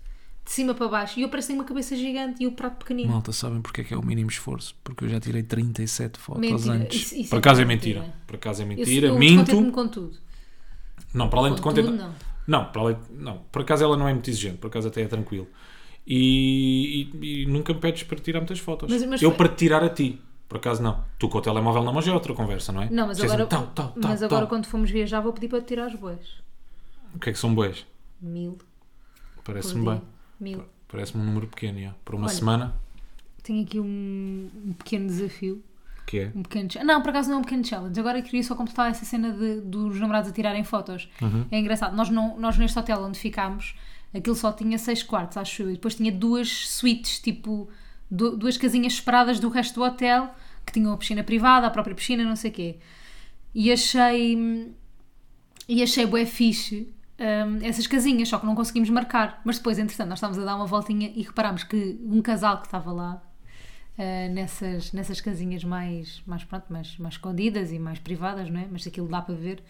Speaker 2: de cima para baixo, e eu pareço que tenho uma cabeça gigante e o prato pequenino.
Speaker 1: Malta, sabem porque é que é o mínimo esforço? Porque eu já tirei 37 fotos
Speaker 2: Mentira.
Speaker 1: antes.
Speaker 2: Isso- isso
Speaker 1: Por
Speaker 2: é
Speaker 1: acaso é
Speaker 2: mentira.
Speaker 1: mentira. Por acaso é
Speaker 2: Eu-
Speaker 1: mentira.
Speaker 2: eu descontento-me
Speaker 1: Minto.
Speaker 2: com tudo.
Speaker 1: Não, para além de
Speaker 2: Com
Speaker 1: contente.
Speaker 2: tudo, não.
Speaker 1: Não, para além... não, por acaso ela não é muito exigente. Por acaso até é tranquilo. E, e- e nunca me pedes para tirar muitas fotos.
Speaker 2: Mas- mas
Speaker 1: eu
Speaker 2: foi-
Speaker 1: para te tirar a ti. Por acaso não. Tu com o telemóvel na mão já é outra conversa, não é?
Speaker 2: Não, mas
Speaker 1: Dizes
Speaker 2: agora,
Speaker 1: assim, tal, tal, tal,
Speaker 2: mas agora
Speaker 1: tal.
Speaker 2: quando formos viajar vou pedir para te tirar as boas.
Speaker 1: O que é que são boés?
Speaker 2: Mil. por
Speaker 1: Parece-me
Speaker 2: dia.
Speaker 1: bem.
Speaker 2: Mil.
Speaker 1: Parece-me um número pequeno, já. Por uma
Speaker 2: Olha.
Speaker 1: semana,
Speaker 2: Tenho aqui um, um pequeno desafio.
Speaker 1: que é.
Speaker 2: Um pequeno cha- Não, por acaso não é um pequeno challenge. Agora eu queria só completar essa cena de- dos namorados a tirarem fotos. É engraçado. Nós, não, nós neste hotel onde ficámos, aquilo só tinha seis quartos, acho eu. E depois tinha duas suítes, tipo, du- duas casinhas separadas do resto do hotel, que tinham a piscina privada, a própria piscina, não sei o quê. E achei. hum, E achei bué fixe hum, essas casinhas, só que não conseguimos marcar. Mas depois, entretanto, nós estávamos a dar uma voltinha e reparámos que um casal que estava lá ah, nessas, nessas casinhas mais, mais, pronto, mais, mais escondidas e mais privadas, não é? Mas aquilo dá para ver.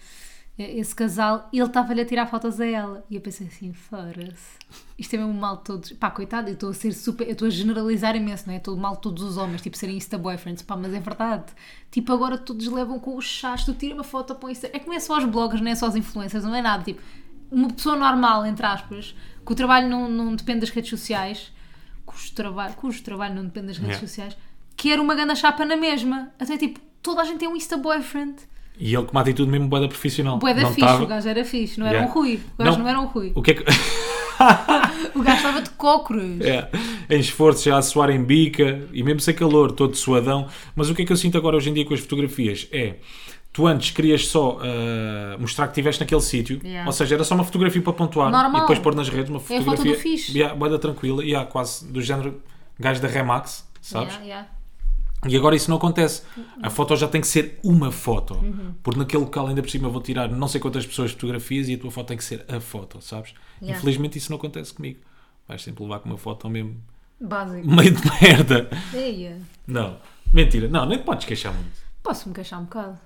Speaker 2: Eh, Esse casal, ele estava-lhe a tirar fotos a ela. E eu pensei assim, fora-se. Isto é mesmo mal de todos. Pá, coitado, eu estou a ser super. Eu estou a generalizar imenso, não é? Estou mal de todos os homens, tipo serem Insta boyfriends. Pá, mas é verdade. Tipo, agora todos levam com o chás, tu tira uma foto para o Insta. É que não é só os bloggers, não é só as influencers, não é nada. Tipo, uma pessoa normal, entre aspas, que o trabalho não, não depende das redes sociais, cujo trabalho, cujo trabalho não depende das redes
Speaker 1: Yeah.
Speaker 2: sociais, quer uma ganda chapa na mesma. Até tipo, toda a gente tem um Insta boyfriend.
Speaker 1: E ele com uma atitude mesmo boeda profissional.
Speaker 2: Bué da
Speaker 1: Não
Speaker 2: fixe,
Speaker 1: tava-
Speaker 2: o gajo era fixe, não era
Speaker 1: Yeah.
Speaker 2: um Rui. O gajo não,
Speaker 1: Não.
Speaker 2: era um Rui.
Speaker 1: O que é que. [laughs]
Speaker 2: O gajo estava de cócoras.
Speaker 1: É, em esforço, já a suar em bica e mesmo sem calor, todo suadão. Mas o que é que eu sinto agora hoje em dia com as fotografias é. Tu antes querias só ah, mostrar que estiveste naquele sítio,
Speaker 2: Yeah.
Speaker 1: ou seja, era só uma fotografia para pontuar
Speaker 2: Normal. É
Speaker 1: e depois pôr nas redes uma
Speaker 2: foto do
Speaker 1: fotografia.
Speaker 2: fixe.
Speaker 1: Yeah, bué da tranquila, yeah, quase do género gajo da Remax, sabes?
Speaker 2: Yeah, yeah.
Speaker 1: E agora isso não acontece. A foto já tem que ser uma foto.
Speaker 2: Uhum.
Speaker 1: Porque naquele local ainda por cima eu vou tirar não sei quantas pessoas fotografias e a tua foto tem que ser a foto, sabes?
Speaker 2: Yeah.
Speaker 1: Infelizmente isso não acontece comigo. Vais sempre levar com uma foto mesmo
Speaker 2: Básico.
Speaker 1: meio de merda.
Speaker 2: Eia.
Speaker 1: Não, mentira. Não, nem te podes queixar muito.
Speaker 2: Posso-me queixar um bocado.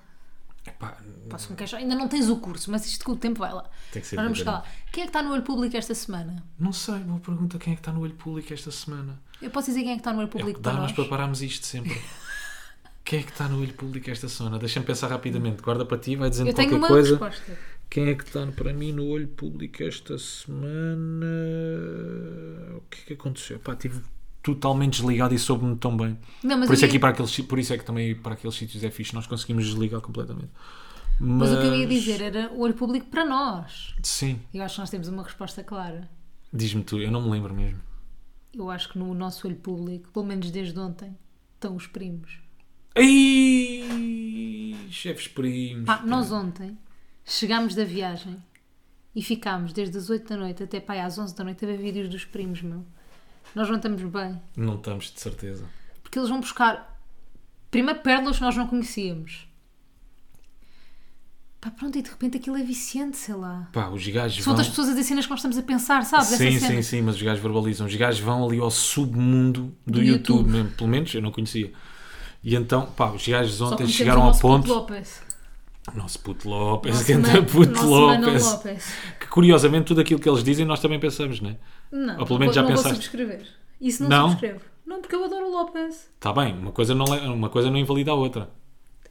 Speaker 1: Epá,
Speaker 2: Posso-me queixar. Ainda não tens o curso, mas isto com o tempo vai lá.
Speaker 1: Tem que ser
Speaker 2: Nós vamos chegar
Speaker 1: devagarinho.
Speaker 2: lá. Quem é que está no olho público esta semana?
Speaker 1: não sei, boa pergunta. Quem é que está no olho público esta semana?
Speaker 2: Eu posso dizer quem é que está no olho
Speaker 1: É
Speaker 2: público
Speaker 1: que
Speaker 2: para
Speaker 1: dá,
Speaker 2: nós? [laughs]
Speaker 1: nós preparámos isto sempre. Quem é que está no olho público esta semana? Deixa-me pensar rapidamente. Guarda para ti, vai dizendo
Speaker 2: Eu tenho
Speaker 1: qualquer
Speaker 2: uma
Speaker 1: coisa.
Speaker 2: resposta.
Speaker 1: Quem é que está para mim no olho público esta semana? O que é que aconteceu? Pá, estive totalmente desligado e soube-me tão bem.
Speaker 2: Não, mas
Speaker 1: por,
Speaker 2: eu
Speaker 1: isso é
Speaker 2: ia-
Speaker 1: que ir para aqueles, si- por isso é que também ir para aqueles sítios é fixe, nós conseguimos desligar completamente.
Speaker 2: Mas o que eu ia dizer era o olho público para nós.
Speaker 1: Sim,
Speaker 2: Eu acho que nós temos uma resposta clara.
Speaker 1: diz-me tu, eu não me lembro mesmo.
Speaker 2: Eu acho que no nosso olho público, pelo menos desde ontem, estão os primos.
Speaker 1: Ai, chefes primos.
Speaker 2: Pá, nós ontem chegámos da viagem e ficámos desde as 8 da noite até pá, às 11 da noite a ver vídeos dos primos, meu. Nós não estamos bem,
Speaker 1: Não estamos, de certeza.
Speaker 2: porque eles vão buscar primeiro pérolas que nós não conhecíamos. Pá, pronto, e de repente aquilo é viciante, sei lá.
Speaker 1: Pá, os gajos vão...
Speaker 2: São outras pessoas a dizer cenas que nós estamos a pensar, sabes? Essa
Speaker 1: Sim,
Speaker 2: cena.
Speaker 1: sim, sim, mas os gajos verbalizam. Os gajos vão ali ao submundo do,
Speaker 2: Do
Speaker 1: YouTube,
Speaker 2: YouTube.
Speaker 1: mesmo. Pelo menos eu não conhecia. E então, pá, os gajos
Speaker 2: Só
Speaker 1: ontem
Speaker 2: conhecemos
Speaker 1: chegaram
Speaker 2: o
Speaker 1: ao
Speaker 2: nosso puto
Speaker 1: ponto. [laughs]
Speaker 2: Lopes.
Speaker 1: Nosso puto Lopes,
Speaker 2: Nosso
Speaker 1: ganda
Speaker 2: mano-
Speaker 1: puto
Speaker 2: nosso mano
Speaker 1: Lopes.
Speaker 2: Lopes.
Speaker 1: Que curiosamente tudo aquilo que eles dizem nós também pensamos, né?
Speaker 2: Não,
Speaker 1: Ou pelo menos
Speaker 2: não
Speaker 1: já
Speaker 2: vou- não
Speaker 1: pensaste.
Speaker 2: vou subscrever. Isso não,
Speaker 1: Não?
Speaker 2: subscrevo. Não, porque eu adoro o Lopes.
Speaker 1: Está Tá bem, uma coisa, não, le- uma coisa não invalida a outra.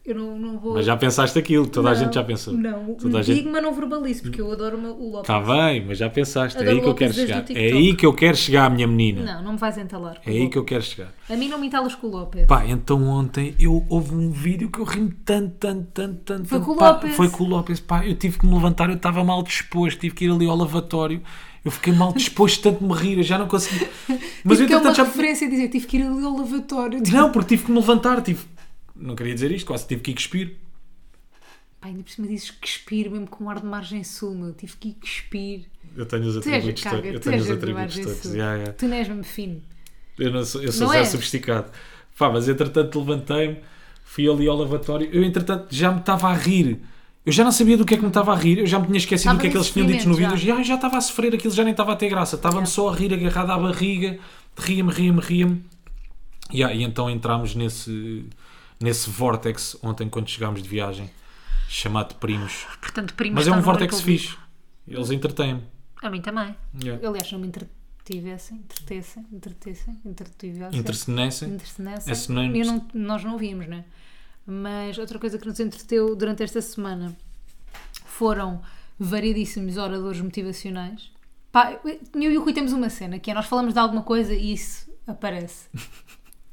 Speaker 2: Eu não, não vou.
Speaker 1: Mas já pensaste aquilo, toda a
Speaker 2: Não,
Speaker 1: gente já pensou.
Speaker 2: Não,
Speaker 1: toda a
Speaker 2: digo,
Speaker 1: gente.
Speaker 2: mas não verbalizo, porque eu adoro uma- o Lopes.
Speaker 1: Está Tá bem, mas já pensaste. é
Speaker 2: Adoro
Speaker 1: aí que eu
Speaker 2: Lopes
Speaker 1: quero
Speaker 2: desde
Speaker 1: chegar.
Speaker 2: o
Speaker 1: É
Speaker 2: TikTok.
Speaker 1: aí que eu quero chegar, minha menina.
Speaker 2: Não, não me vais entalar. com
Speaker 1: É
Speaker 2: o
Speaker 1: aí
Speaker 2: Lopes.
Speaker 1: que eu quero chegar.
Speaker 2: A mim não me entalas com o Lopes.
Speaker 1: Pá, então ontem eu houve um vídeo que eu ri-me tanto, tanto, tanto, tanto.
Speaker 2: Foi
Speaker 1: tanto,
Speaker 2: com o
Speaker 1: pá,
Speaker 2: Lopes.
Speaker 1: Foi com o Lopes. Pá, eu tive que me levantar, eu estava mal disposto, tive que ir ali ao lavatório. Eu fiquei mal disposto, [laughs] tanto me rir, eu já não
Speaker 2: [laughs]
Speaker 1: consegui. Mas eu
Speaker 2: porque é uma
Speaker 1: entretanto já.
Speaker 2: referência a dizer, tive que ir ali ao lavatório.
Speaker 1: Não, porque tive que me levantar, tive. Não queria dizer isto, quase tive que ir cuspir.
Speaker 2: Pá, ainda por cima dizes que expiro mesmo com um ar de margem sul, meu. Tive que ir que expiro.
Speaker 1: Eu tenho os
Speaker 2: Tu és a
Speaker 1: atributos todos.
Speaker 2: caga,
Speaker 1: Eu
Speaker 2: tu
Speaker 1: tenho
Speaker 2: és
Speaker 1: os
Speaker 2: a de
Speaker 1: atributos
Speaker 2: margem
Speaker 1: todos.
Speaker 2: sul.
Speaker 1: Yeah, yeah.
Speaker 2: Tu não és mesmo fino.
Speaker 1: Eu, não é? sou, eu sou
Speaker 2: Não
Speaker 1: zero
Speaker 2: és?
Speaker 1: sofisticado. Pá, mas entretanto levantei-me, fui ali ao lavatório. Eu entretanto já me estava a rir. Eu já não sabia do que é que me estava a rir. Eu já me tinha esquecido do
Speaker 2: Estava
Speaker 1: que é que
Speaker 2: em
Speaker 1: eles tinham dito no
Speaker 2: sofrimento,
Speaker 1: vídeo. Já. já estava a sofrer aquilo, já nem estava a ter graça. Estava-me só a rir, agarrado à barriga. Ria-me, ria-me, ria-me. Yeah, e então entramos nesse, nesse vortex ontem quando chegámos de viagem. Chamado primos.
Speaker 2: Portanto, primo
Speaker 1: Mas é
Speaker 2: está
Speaker 1: um
Speaker 2: no olho
Speaker 1: vortex
Speaker 2: público.
Speaker 1: fixe. Eles entretêm-me.
Speaker 2: A mim também.
Speaker 1: Yeah.
Speaker 2: Aliás, não me entretivessem, entretessem, entretessem, entretivessem.
Speaker 1: Entretenecem.
Speaker 2: Intercenessa.
Speaker 1: É sinónimo
Speaker 2: Eu
Speaker 1: de-
Speaker 2: não- Nós não ouvimos, né? Mas outra coisa que nos entreteu durante esta semana foram variedíssimos oradores motivacionais. Pá, eu e o Rui temos uma cena que é nós falamos de alguma coisa e isso
Speaker 1: [laughs]
Speaker 2: aparece.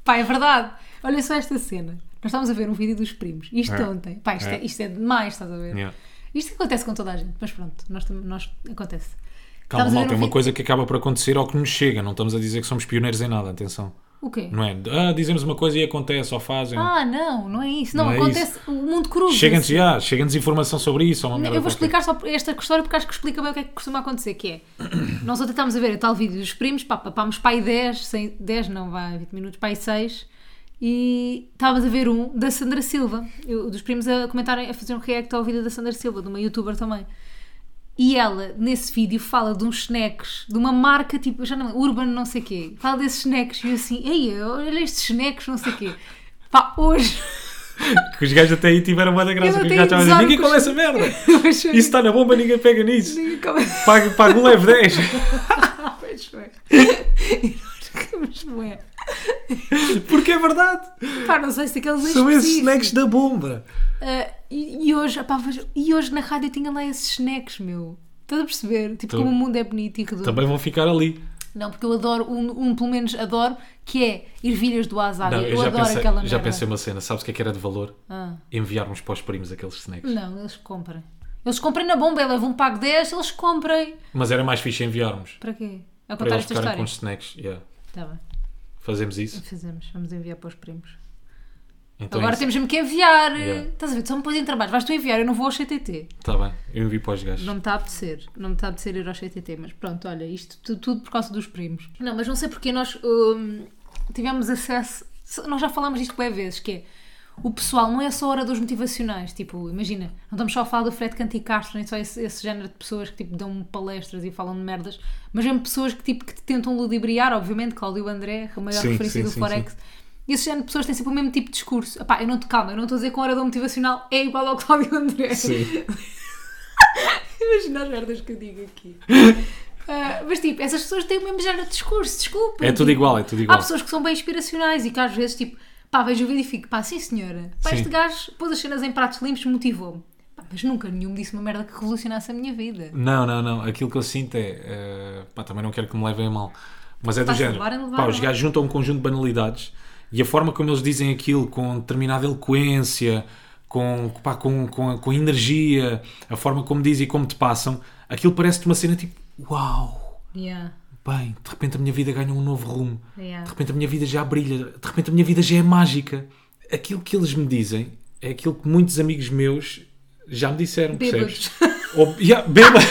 Speaker 2: Pá, é verdade. Olha só esta cena. Nós estávamos a ver um vídeo dos primos. Isto
Speaker 1: É.
Speaker 2: ontem. Pá, isto é.
Speaker 1: É.
Speaker 2: isto é demais, estás a ver?
Speaker 1: Yeah.
Speaker 2: Isto acontece com toda a gente, mas pronto, nós, tam- nós acontece.
Speaker 1: Calma,
Speaker 2: Estávamos a ver
Speaker 1: malta, é
Speaker 2: um
Speaker 1: uma
Speaker 2: vídeo-
Speaker 1: coisa que acaba por acontecer ou que nos chega. Não estamos a dizer que somos pioneiros em nada, atenção.
Speaker 2: O quê?
Speaker 1: Não é? Ah, dizemos uma coisa e acontece, ou fazem.
Speaker 2: Ah, não, não é isso. Não,
Speaker 1: Não é
Speaker 2: acontece. O mundo cruza.
Speaker 1: Chega-nos já, chega-nos informação sobre isso, ou uma merda
Speaker 2: Eu vou
Speaker 1: qualquer.
Speaker 2: explicar só esta história porque acho que explica bem o que é que costuma acontecer, que é, nós ontem estávamos a ver o tal vídeo dos primos, pá, papámos para aí 10, sem- 10 não, vai 20 minutos, para aí 6, e estávamos a ver um da Sandra Silva, eu- dos primos a comentarem, a fazer um react ao vídeo da Sandra Silva, de uma youtuber também. E ela, nesse vídeo, fala de uns snacks, de uma marca tipo, já não, Urban não sei quê. Fala desses snacks e eu assim, ei, olha estes snacks, não sei quê. Pá, hoje... [laughs]
Speaker 1: Que os gajos até aí tiveram uma da graça.
Speaker 2: Eu
Speaker 1: Que os
Speaker 2: tenho
Speaker 1: gajos estavam a dizer,
Speaker 2: bizarro
Speaker 1: ninguém
Speaker 2: com
Speaker 1: come
Speaker 2: os-
Speaker 1: essa merda.
Speaker 2: hoje
Speaker 1: Isso está na bomba, ninguém pega nisso.
Speaker 2: Como-
Speaker 1: Paga, paga o leve
Speaker 2: [laughs]
Speaker 1: 10.
Speaker 2: Pois foi. [laughs] E nós ficamos bué.
Speaker 1: Porque é verdade.
Speaker 2: é. Pá, não sei se aqueles
Speaker 1: São esses
Speaker 2: específicos.
Speaker 1: snacks da bomba.
Speaker 2: Ah, e, e hoje, pá, vejo- e hoje na rádio tinha lá esses snacks, meu. Estás a perceber? Tipo,
Speaker 1: Tu-
Speaker 2: como o mundo é bonito e redondo.
Speaker 1: Também vão ficar ali.
Speaker 2: Não, porque eu adoro, um, um pelo menos adoro, que é ervilhas do Azária.
Speaker 1: Não,
Speaker 2: eu
Speaker 1: eu já
Speaker 2: adoro
Speaker 1: pensei,
Speaker 2: aquela merda.
Speaker 1: já pensei uma cena. Sabes o que é que era de valor?
Speaker 2: Ah,
Speaker 1: Enviarmos para os primos aqueles snacks.
Speaker 2: não, eles comprem. Eles comprem na bomba, eu levo um pago 10, eles comprem.
Speaker 1: Mas era mais fixe enviarmos.
Speaker 2: Para quê?
Speaker 1: Para
Speaker 2: A contar
Speaker 1: eles
Speaker 2: esta
Speaker 1: ficarem
Speaker 2: história?
Speaker 1: com os snacks. Yeah.
Speaker 2: Tá bem,
Speaker 1: Fazemos isso.
Speaker 2: fazemos. Vamos enviar para os primos.
Speaker 1: Então
Speaker 2: Agora
Speaker 1: isso.
Speaker 2: temos mesmo que enviar.
Speaker 1: Yeah.
Speaker 2: Estás a ver? Só me pões em trabalho. Vais tu enviar, eu não vou ao CTT.
Speaker 1: Está Tá bem, eu envio para os gajos.
Speaker 2: Não me está a apetecer, não me está a apetecer ir ao CTT, mas pronto, olha, isto tu- tudo, por causa dos primos. Não, mas não sei porque nós hum, tivemos acesso, se- nós já falámos disto bem vezes, que é, o pessoal não é só oradores motivacionais, tipo, imagina, não estamos só a falar do Fred Canti Castro, nem só esse, esse género de pessoas que tipo dão palestras e falam de merdas, mas mesmo pessoas que tipo que te tentam ludibriar, obviamente, Cláudio André, a maior
Speaker 1: Sim,
Speaker 2: referência
Speaker 1: sim,
Speaker 2: do
Speaker 1: sim,
Speaker 2: Forex. E esse género de pessoas têm sempre o mesmo tipo de discurso. Epá, eu não te calma, eu não estou a dizer que um orador motivacional é igual ao Cláudio André.
Speaker 1: Sim.
Speaker 2: Imagina as merdas que eu digo
Speaker 1: [laughs]
Speaker 2: aqui. Ah, mas tipo, essas pessoas têm o mesmo género de discurso, desculpa.
Speaker 1: É tudo
Speaker 2: Tipo,
Speaker 1: igual, é tudo igual.
Speaker 2: Há pessoas que são bem inspiracionais e que às vezes, tipo, Pá, vejo o vídeo e fico, pá, sim senhora. Pá,
Speaker 1: Sim.
Speaker 2: este gajo pôs as cenas em pratos limpos, motivou-me. Pá, mas nunca nenhum me disse uma merda que revolucionasse a minha vida.
Speaker 1: Não, não, não. Aquilo que eu sinto é. eh, pá, também não quero que me levem a mal. Mas é do
Speaker 2: Pá, se
Speaker 1: género.
Speaker 2: levarem, levaram.
Speaker 1: Pá, os gajos juntam um conjunto de banalidades e a forma como eles dizem aquilo, com determinada eloquência, com, pá, com, com, com energia, a forma como dizem e como te passam, aquilo parece-te uma cena tipo: Uau!
Speaker 2: Yeah,
Speaker 1: Bem, de repente a minha vida ganha um novo rumo.
Speaker 2: yeah.
Speaker 1: De repente a minha vida já brilha, de repente a minha vida já é mágica. Aquilo que eles me dizem é aquilo que muitos amigos meus já me disseram,
Speaker 2: Bêbados.
Speaker 1: percebes? Ou, yeah, bêbados. [laughs]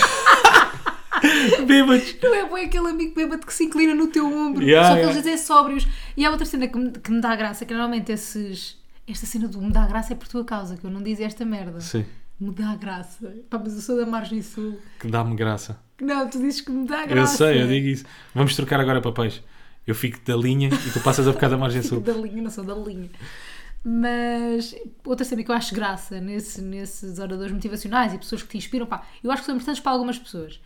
Speaker 1: bêbados.
Speaker 2: Não é bom aquele amigo bêbado que se inclina no teu ombro.
Speaker 1: Yeah,
Speaker 2: só que
Speaker 1: yeah.
Speaker 2: eles dizem sóbrios. E há outra cena que me, que me dá graça, que normalmente esses. Esta cena do me dá graça é por tua causa, que eu não dizia esta merda.
Speaker 1: Sim,
Speaker 2: Me dá graça. Pá, mas eu sou da Margem Sul.
Speaker 1: que dá-me graça.
Speaker 2: Não, tu dizes que me dá graça.
Speaker 1: Eu sei, eu digo isso. Vamos trocar agora papéis. Eu fico da linha e tu passas a bocado da margem
Speaker 2: [laughs]
Speaker 1: sul.
Speaker 2: Da linha, não sou da linha. Mas outra cena que eu acho graça nesse, nesses oradores motivacionais e pessoas que te inspiram, pá, eu acho que são importantes para algumas pessoas.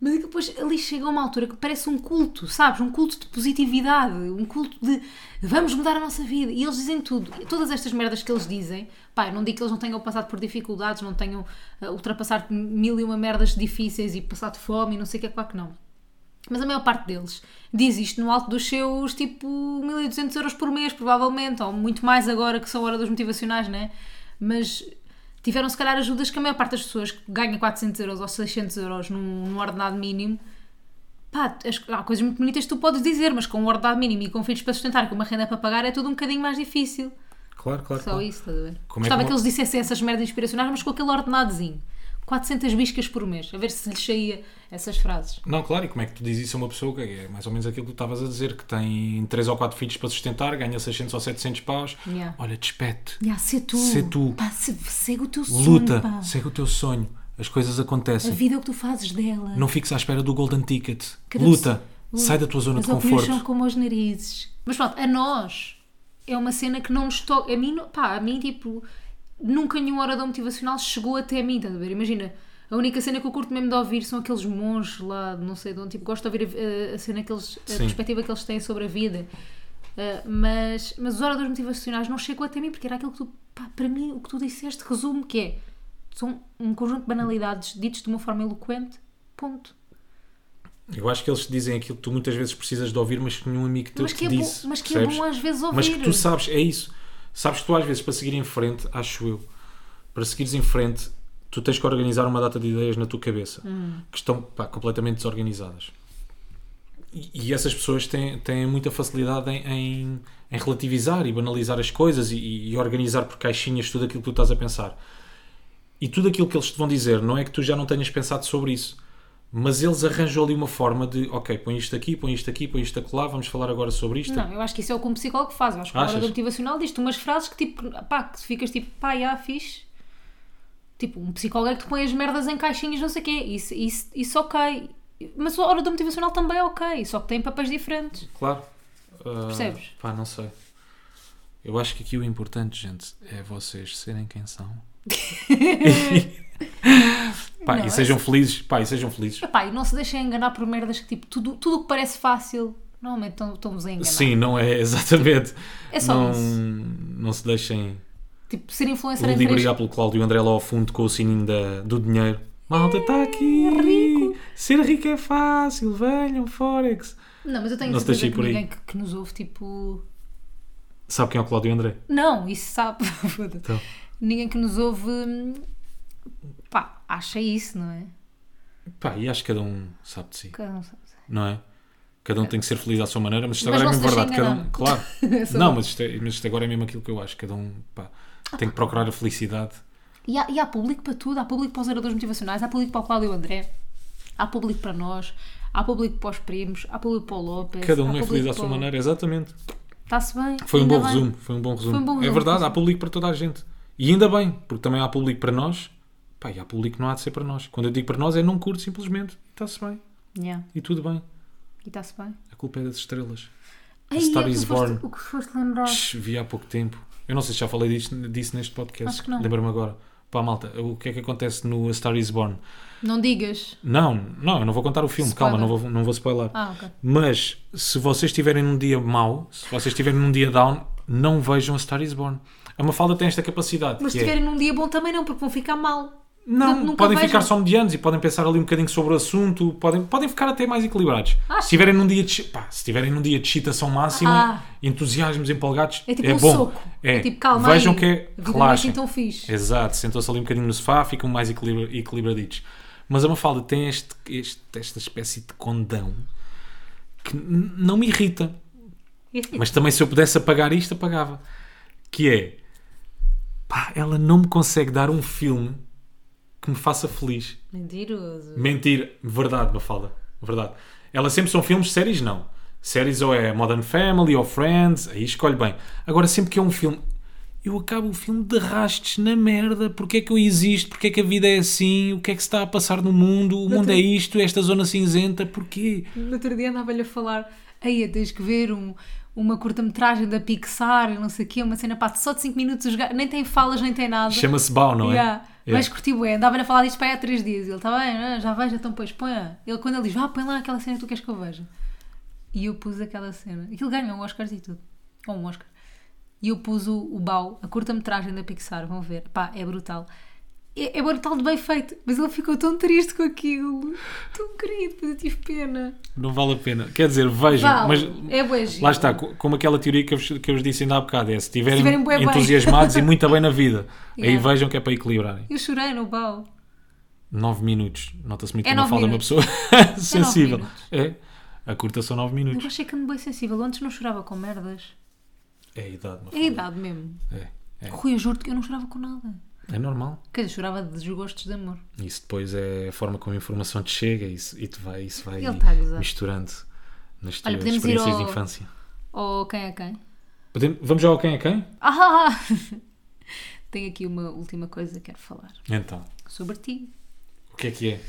Speaker 2: Mas é que depois ali chega uma altura que parece um culto, sabes? Um culto de positividade, um culto de vamos mudar a nossa vida. E eles dizem tudo. Todas estas merdas que eles dizem, pá, eu não digo que eles não tenham passado por dificuldades, não tenham ah, ultrapassado mil e uma merdas difíceis e passado fome e não sei o que é, claro que não. Mas a maior parte deles diz isto no alto dos seus tipo 1200 euros por mês, provavelmente, ou muito mais agora que são oradores motivacionais, né? Mas tiveram se calhar ajudas que a maior parte das pessoas que ganha 400 euros ou 600 euros num, num ordenado mínimo. Pá, as- há coisas muito bonitas que tu podes dizer, mas com um ordenado mínimo e com filhos para sustentar, e com uma renda para pagar, é tudo um bocadinho mais difícil.
Speaker 1: Claro, claro.
Speaker 2: Só isso, estás a ver?
Speaker 1: Como é
Speaker 2: Gostava
Speaker 1: que
Speaker 2: que eles dissessem essas merdas inspiracionais, mas com aquele ordenadozinho. 400 biscas por mês, a ver se lhes saía essas frases.
Speaker 1: Não, claro, e como é que tu dizes isso a uma pessoa que é mais ou menos aquilo que tu estavas a dizer, que tem 3 ou 4 filhos para sustentar, ganha 600 ou 700 paus.
Speaker 2: Yeah.
Speaker 1: Olha, despete.
Speaker 2: Ya, Sê tu.
Speaker 1: Sê tu.
Speaker 2: Pá, se- segue o teu sonho.
Speaker 1: Luta,
Speaker 2: pá.
Speaker 1: segue o teu sonho, as coisas
Speaker 2: A
Speaker 1: acontecem.
Speaker 2: vida é o que tu fazes dela.
Speaker 1: Não fiques à espera do Golden Ticket.
Speaker 2: Cada
Speaker 1: Luta,
Speaker 2: pessoa-
Speaker 1: sai da tua zona
Speaker 2: As
Speaker 1: de
Speaker 2: opiniões
Speaker 1: conforto.
Speaker 2: são como os narizes. Mas pronto, a nós é uma cena que não nos toca. A mim, não- pá, a mim, tipo, nunca nenhum orador motivacional chegou até mim, estás a ver? Imagina, a única cena que eu curto mesmo de ouvir são aqueles monges lá, de não sei de onde, tipo, gosto de ouvir a, a- a cena que eles, a
Speaker 1: Sim.
Speaker 2: perspectiva que eles têm sobre a vida. Ah, mas, mas os oradores motivacionais não chegou até mim porque era aquilo que tu, pá, para mim, o que tu disseste resume que é são um conjunto de banalidades ditas de uma forma eloquente, ponto.
Speaker 1: Eu acho que eles te dizem aquilo que tu muitas vezes precisas de ouvir, mas que nenhum amigo teu
Speaker 2: Mas que,
Speaker 1: te
Speaker 2: é bom,
Speaker 1: disse.
Speaker 2: mas que é
Speaker 1: percebes?
Speaker 2: bom às vezes ouvir.
Speaker 1: Mas que tu sabes, é isso. Sabes que tu às vezes para seguir em frente, acho eu, para seguires em frente, tu tens que organizar uma data de ideias na tua cabeça que estão pá, completamente desorganizadas. E, e essas pessoas têm, têm muita facilidade em, em- em relativizar e banalizar as coisas e, e organizar por caixinhas tudo aquilo que tu estás a pensar. E tudo aquilo que eles te vão dizer não é que tu já não tenhas pensado sobre isso. Mas eles arranjam ali uma forma de, ok, põe isto aqui, põe isto aqui, põe isto acolá, vamos falar agora sobre isto.
Speaker 2: Não, eu acho que isso é o que um psicólogo faz. Eu acho que o
Speaker 1: Achas?
Speaker 2: orador motivacional diz-te umas frases que tipo, pá, que tu ficas tipo, pá, já fixe. Tipo, um psicólogo é que te põe as merdas em caixinhas, não sei o quê. Isso, isso, isso ok. Mas o orador motivacional também é ok, só que tem papéis diferentes.
Speaker 1: Claro. Ah,
Speaker 2: Percebes?
Speaker 1: Pá, não sei. Eu acho que aqui o importante, gente, é vocês serem quem
Speaker 2: [laughs]
Speaker 1: são. pá,
Speaker 2: Não,
Speaker 1: e
Speaker 2: é
Speaker 1: sejam felizes. Pá, e sejam felizes.
Speaker 2: Pá, e não se deixem enganar por merdas que tipo, tudo tudo o que parece fácil, normalmente estão- estão-vos a enganar.
Speaker 1: Sim, não é [laughs] exatamente.
Speaker 2: É só
Speaker 1: não,
Speaker 2: isso.
Speaker 1: não se deixem
Speaker 2: Tipo, ser influencer em três
Speaker 1: ludibriar pelo Cláudio André lá ao fundo com o sininho da, do dinheiro. Malta, está aqui.
Speaker 2: É rico.
Speaker 1: Ser rico é fácil. Venham, Forex.
Speaker 2: Não, mas eu tenho
Speaker 1: Não se
Speaker 2: certeza
Speaker 1: deixem
Speaker 2: que
Speaker 1: por aí.
Speaker 2: ninguém que, que nos ouve, tipo.
Speaker 1: Sabe quem é o Cláudio André?
Speaker 2: Não, isso sabe. [laughs] Foda-se.
Speaker 1: Então.
Speaker 2: Ninguém que nos ouve. hum, pá, acha isso, não é?
Speaker 1: Pá, e acho que cada um sabe de si.
Speaker 2: Cada um sabe.
Speaker 1: não é? Cada um tem que ser feliz à sua maneira, mas isto
Speaker 2: Mas
Speaker 1: agora é
Speaker 2: não
Speaker 1: mesmo
Speaker 2: se
Speaker 1: verdade.
Speaker 2: deixem
Speaker 1: Cada um,
Speaker 2: [laughs]
Speaker 1: claro.
Speaker 2: Só-
Speaker 1: não, mas isto, é- mas isto agora é mesmo aquilo que eu acho. Cada um pá,
Speaker 2: Ah.
Speaker 1: tem que procurar a felicidade.
Speaker 2: E há, e há público para tudo. Há público para os oradores motivacionais, há público para o Cláudio André, há público para nós, há público para os primos, há público para o Lopes.
Speaker 1: Cada
Speaker 2: há
Speaker 1: um é feliz
Speaker 2: público
Speaker 1: à sua
Speaker 2: para o-
Speaker 1: maneira, exatamente.
Speaker 2: Está-se bem.
Speaker 1: Foi um
Speaker 2: ainda
Speaker 1: bom
Speaker 2: bem.
Speaker 1: resumo. Foi um bom resumo.
Speaker 2: Foi um bom
Speaker 1: é
Speaker 2: resumo,
Speaker 1: verdade,
Speaker 2: sim.
Speaker 1: há público para toda a gente. E ainda bem, porque também há público para nós. Pá, e há público que não há de ser para nós. Quando eu digo para nós é não curto simplesmente. Está-se bem.
Speaker 2: Yeah,
Speaker 1: E tudo bem.
Speaker 2: E está-se bem.
Speaker 1: A culpa é das estrelas.
Speaker 2: Ai,
Speaker 1: Star
Speaker 2: é o que
Speaker 1: is
Speaker 2: foste-
Speaker 1: born.
Speaker 2: O que foste lembrar.
Speaker 1: Shhh, Vi há pouco tempo. Eu não sei se já falei disto, disso neste podcast.
Speaker 2: Acho que não.
Speaker 1: Lembra-me agora. Pá, malta, o que é que acontece no A Star Is Born?
Speaker 2: Não digas.
Speaker 1: Não, não, eu não vou contar o filme,
Speaker 2: Spoiler.
Speaker 1: calma, não vou, não vou spoiler.
Speaker 2: Ah, ok.
Speaker 1: Mas se vocês estiverem num dia mau, se vocês estiverem num dia down, não vejam a Star is Born. É A Mafalda tem esta capacidade.
Speaker 2: Mas se
Speaker 1: que é-
Speaker 2: estiverem num dia bom também não, porque vão ficar mal.
Speaker 1: Não,
Speaker 2: Portanto, nunca
Speaker 1: podem
Speaker 2: vejam.
Speaker 1: ficar só medianos e podem pensar ali um bocadinho sobre o assunto, podem, podem ficar até mais equilibrados.
Speaker 2: Acho.
Speaker 1: Se tiverem num dia de, pá, se tiverem num dia de excitação máxima,
Speaker 2: Ah.
Speaker 1: entusiasmos empolgados, é,
Speaker 2: É tipo um
Speaker 1: bom.
Speaker 2: soco.
Speaker 1: É.
Speaker 2: tipo, calma
Speaker 1: Vejam
Speaker 2: aí.
Speaker 1: que é
Speaker 2: A vida não é assim
Speaker 1: relaxem.
Speaker 2: tão fixe.
Speaker 1: Exato, sentam-se ali um bocadinho no sofá, ficam mais equilibra- equilibraditos. Mas a Mafalda tem este, este- esta espécie de condão que n- não me irrita. Mas também se eu pudesse apagar isto, apagava. Que é pá, ela não me consegue dar um filme que me faça feliz.
Speaker 2: Mentiroso.
Speaker 1: Mentir, verdade, Mafalda. Verdade. Ela sempre são filmes, séries não. Séries ou é Modern Family ou Friends, aí escolhe bem. Agora, sempre que é um filme, eu acabo o filme de rastes na merda. Porquê é que eu existo? Porquê é que a vida é assim? O que é que se está a passar no mundo? O mundo é isto, esta zona cinzenta, porquê?
Speaker 2: No outro dia andava-lhe a falar: aí tens que ver um- uma curta-metragem da Pixar, e não sei o quê, uma cena pá, só de 5 minutos, os ga- nem tem falas, nem tem nada.
Speaker 1: Chama-se Bau, não é?
Speaker 2: Yeah.
Speaker 1: É.
Speaker 2: Mas curti bué, andava-lhe a falar disto para aí há 3 dias. Ele, está bem, ah, já vejo, então pois põe. Ele, quando ele diz, vá, põe lá aquela cena que tu queres que eu veja. E eu pus aquela cena. Aquilo ganhou um Oscar e tudo. Ou um Oscar. E eu pus o, o Bau, a curta-metragem da Pixar, vão ver. Pá, é brutal. É, é brutal de bem feito, mas ele ficou tão triste com aquilo. Tão querido, mas eu tive pena.
Speaker 1: Não vale a pena. Quer dizer, vejam,
Speaker 2: Vale,
Speaker 1: mas
Speaker 2: é bué giro.
Speaker 1: Lá está, co- como aquela teoria que eu vos, que eu vos disse ainda há bocado, é se estiverem
Speaker 2: estiverem bué bem.
Speaker 1: entusiasmados e muito bem na
Speaker 2: [laughs]
Speaker 1: vida, aí
Speaker 2: Yeah.
Speaker 1: vejam que é para equilibrarem.
Speaker 2: Eu chorei no Bau.
Speaker 1: 9 minutos, nota-se muito
Speaker 2: É
Speaker 1: que não
Speaker 2: nove
Speaker 1: fala uma
Speaker 2: minutos. É
Speaker 1: pessoa
Speaker 2: [laughs]
Speaker 1: sensível.
Speaker 2: minutos.
Speaker 1: É, a curta são 9
Speaker 2: Eu
Speaker 1: minutos.
Speaker 2: achei é que ando bem sensível. Antes não chorava com merdas.
Speaker 1: É a idade, não
Speaker 2: É a idade mesmo.
Speaker 1: é, é,
Speaker 2: Rui, eu juro-te que eu não chorava com nada.
Speaker 1: é normal.
Speaker 2: Quer dizer, chorava de desgostos de amor.
Speaker 1: Isso depois é a forma como a informação te chega e isso, e te vai, isso vai
Speaker 2: Ele tá a gozar.
Speaker 1: misturando nas tuas
Speaker 2: Olha, podemos ir
Speaker 1: experiências
Speaker 2: ao-
Speaker 1: de infância.
Speaker 2: Ou quem é quem? [laughs]
Speaker 1: Podemos- vamos já ao quem é quem?
Speaker 2: Ah! Tenho aqui uma última coisa que quero falar.
Speaker 1: Então,
Speaker 2: Sobre ti.
Speaker 1: o que é que é?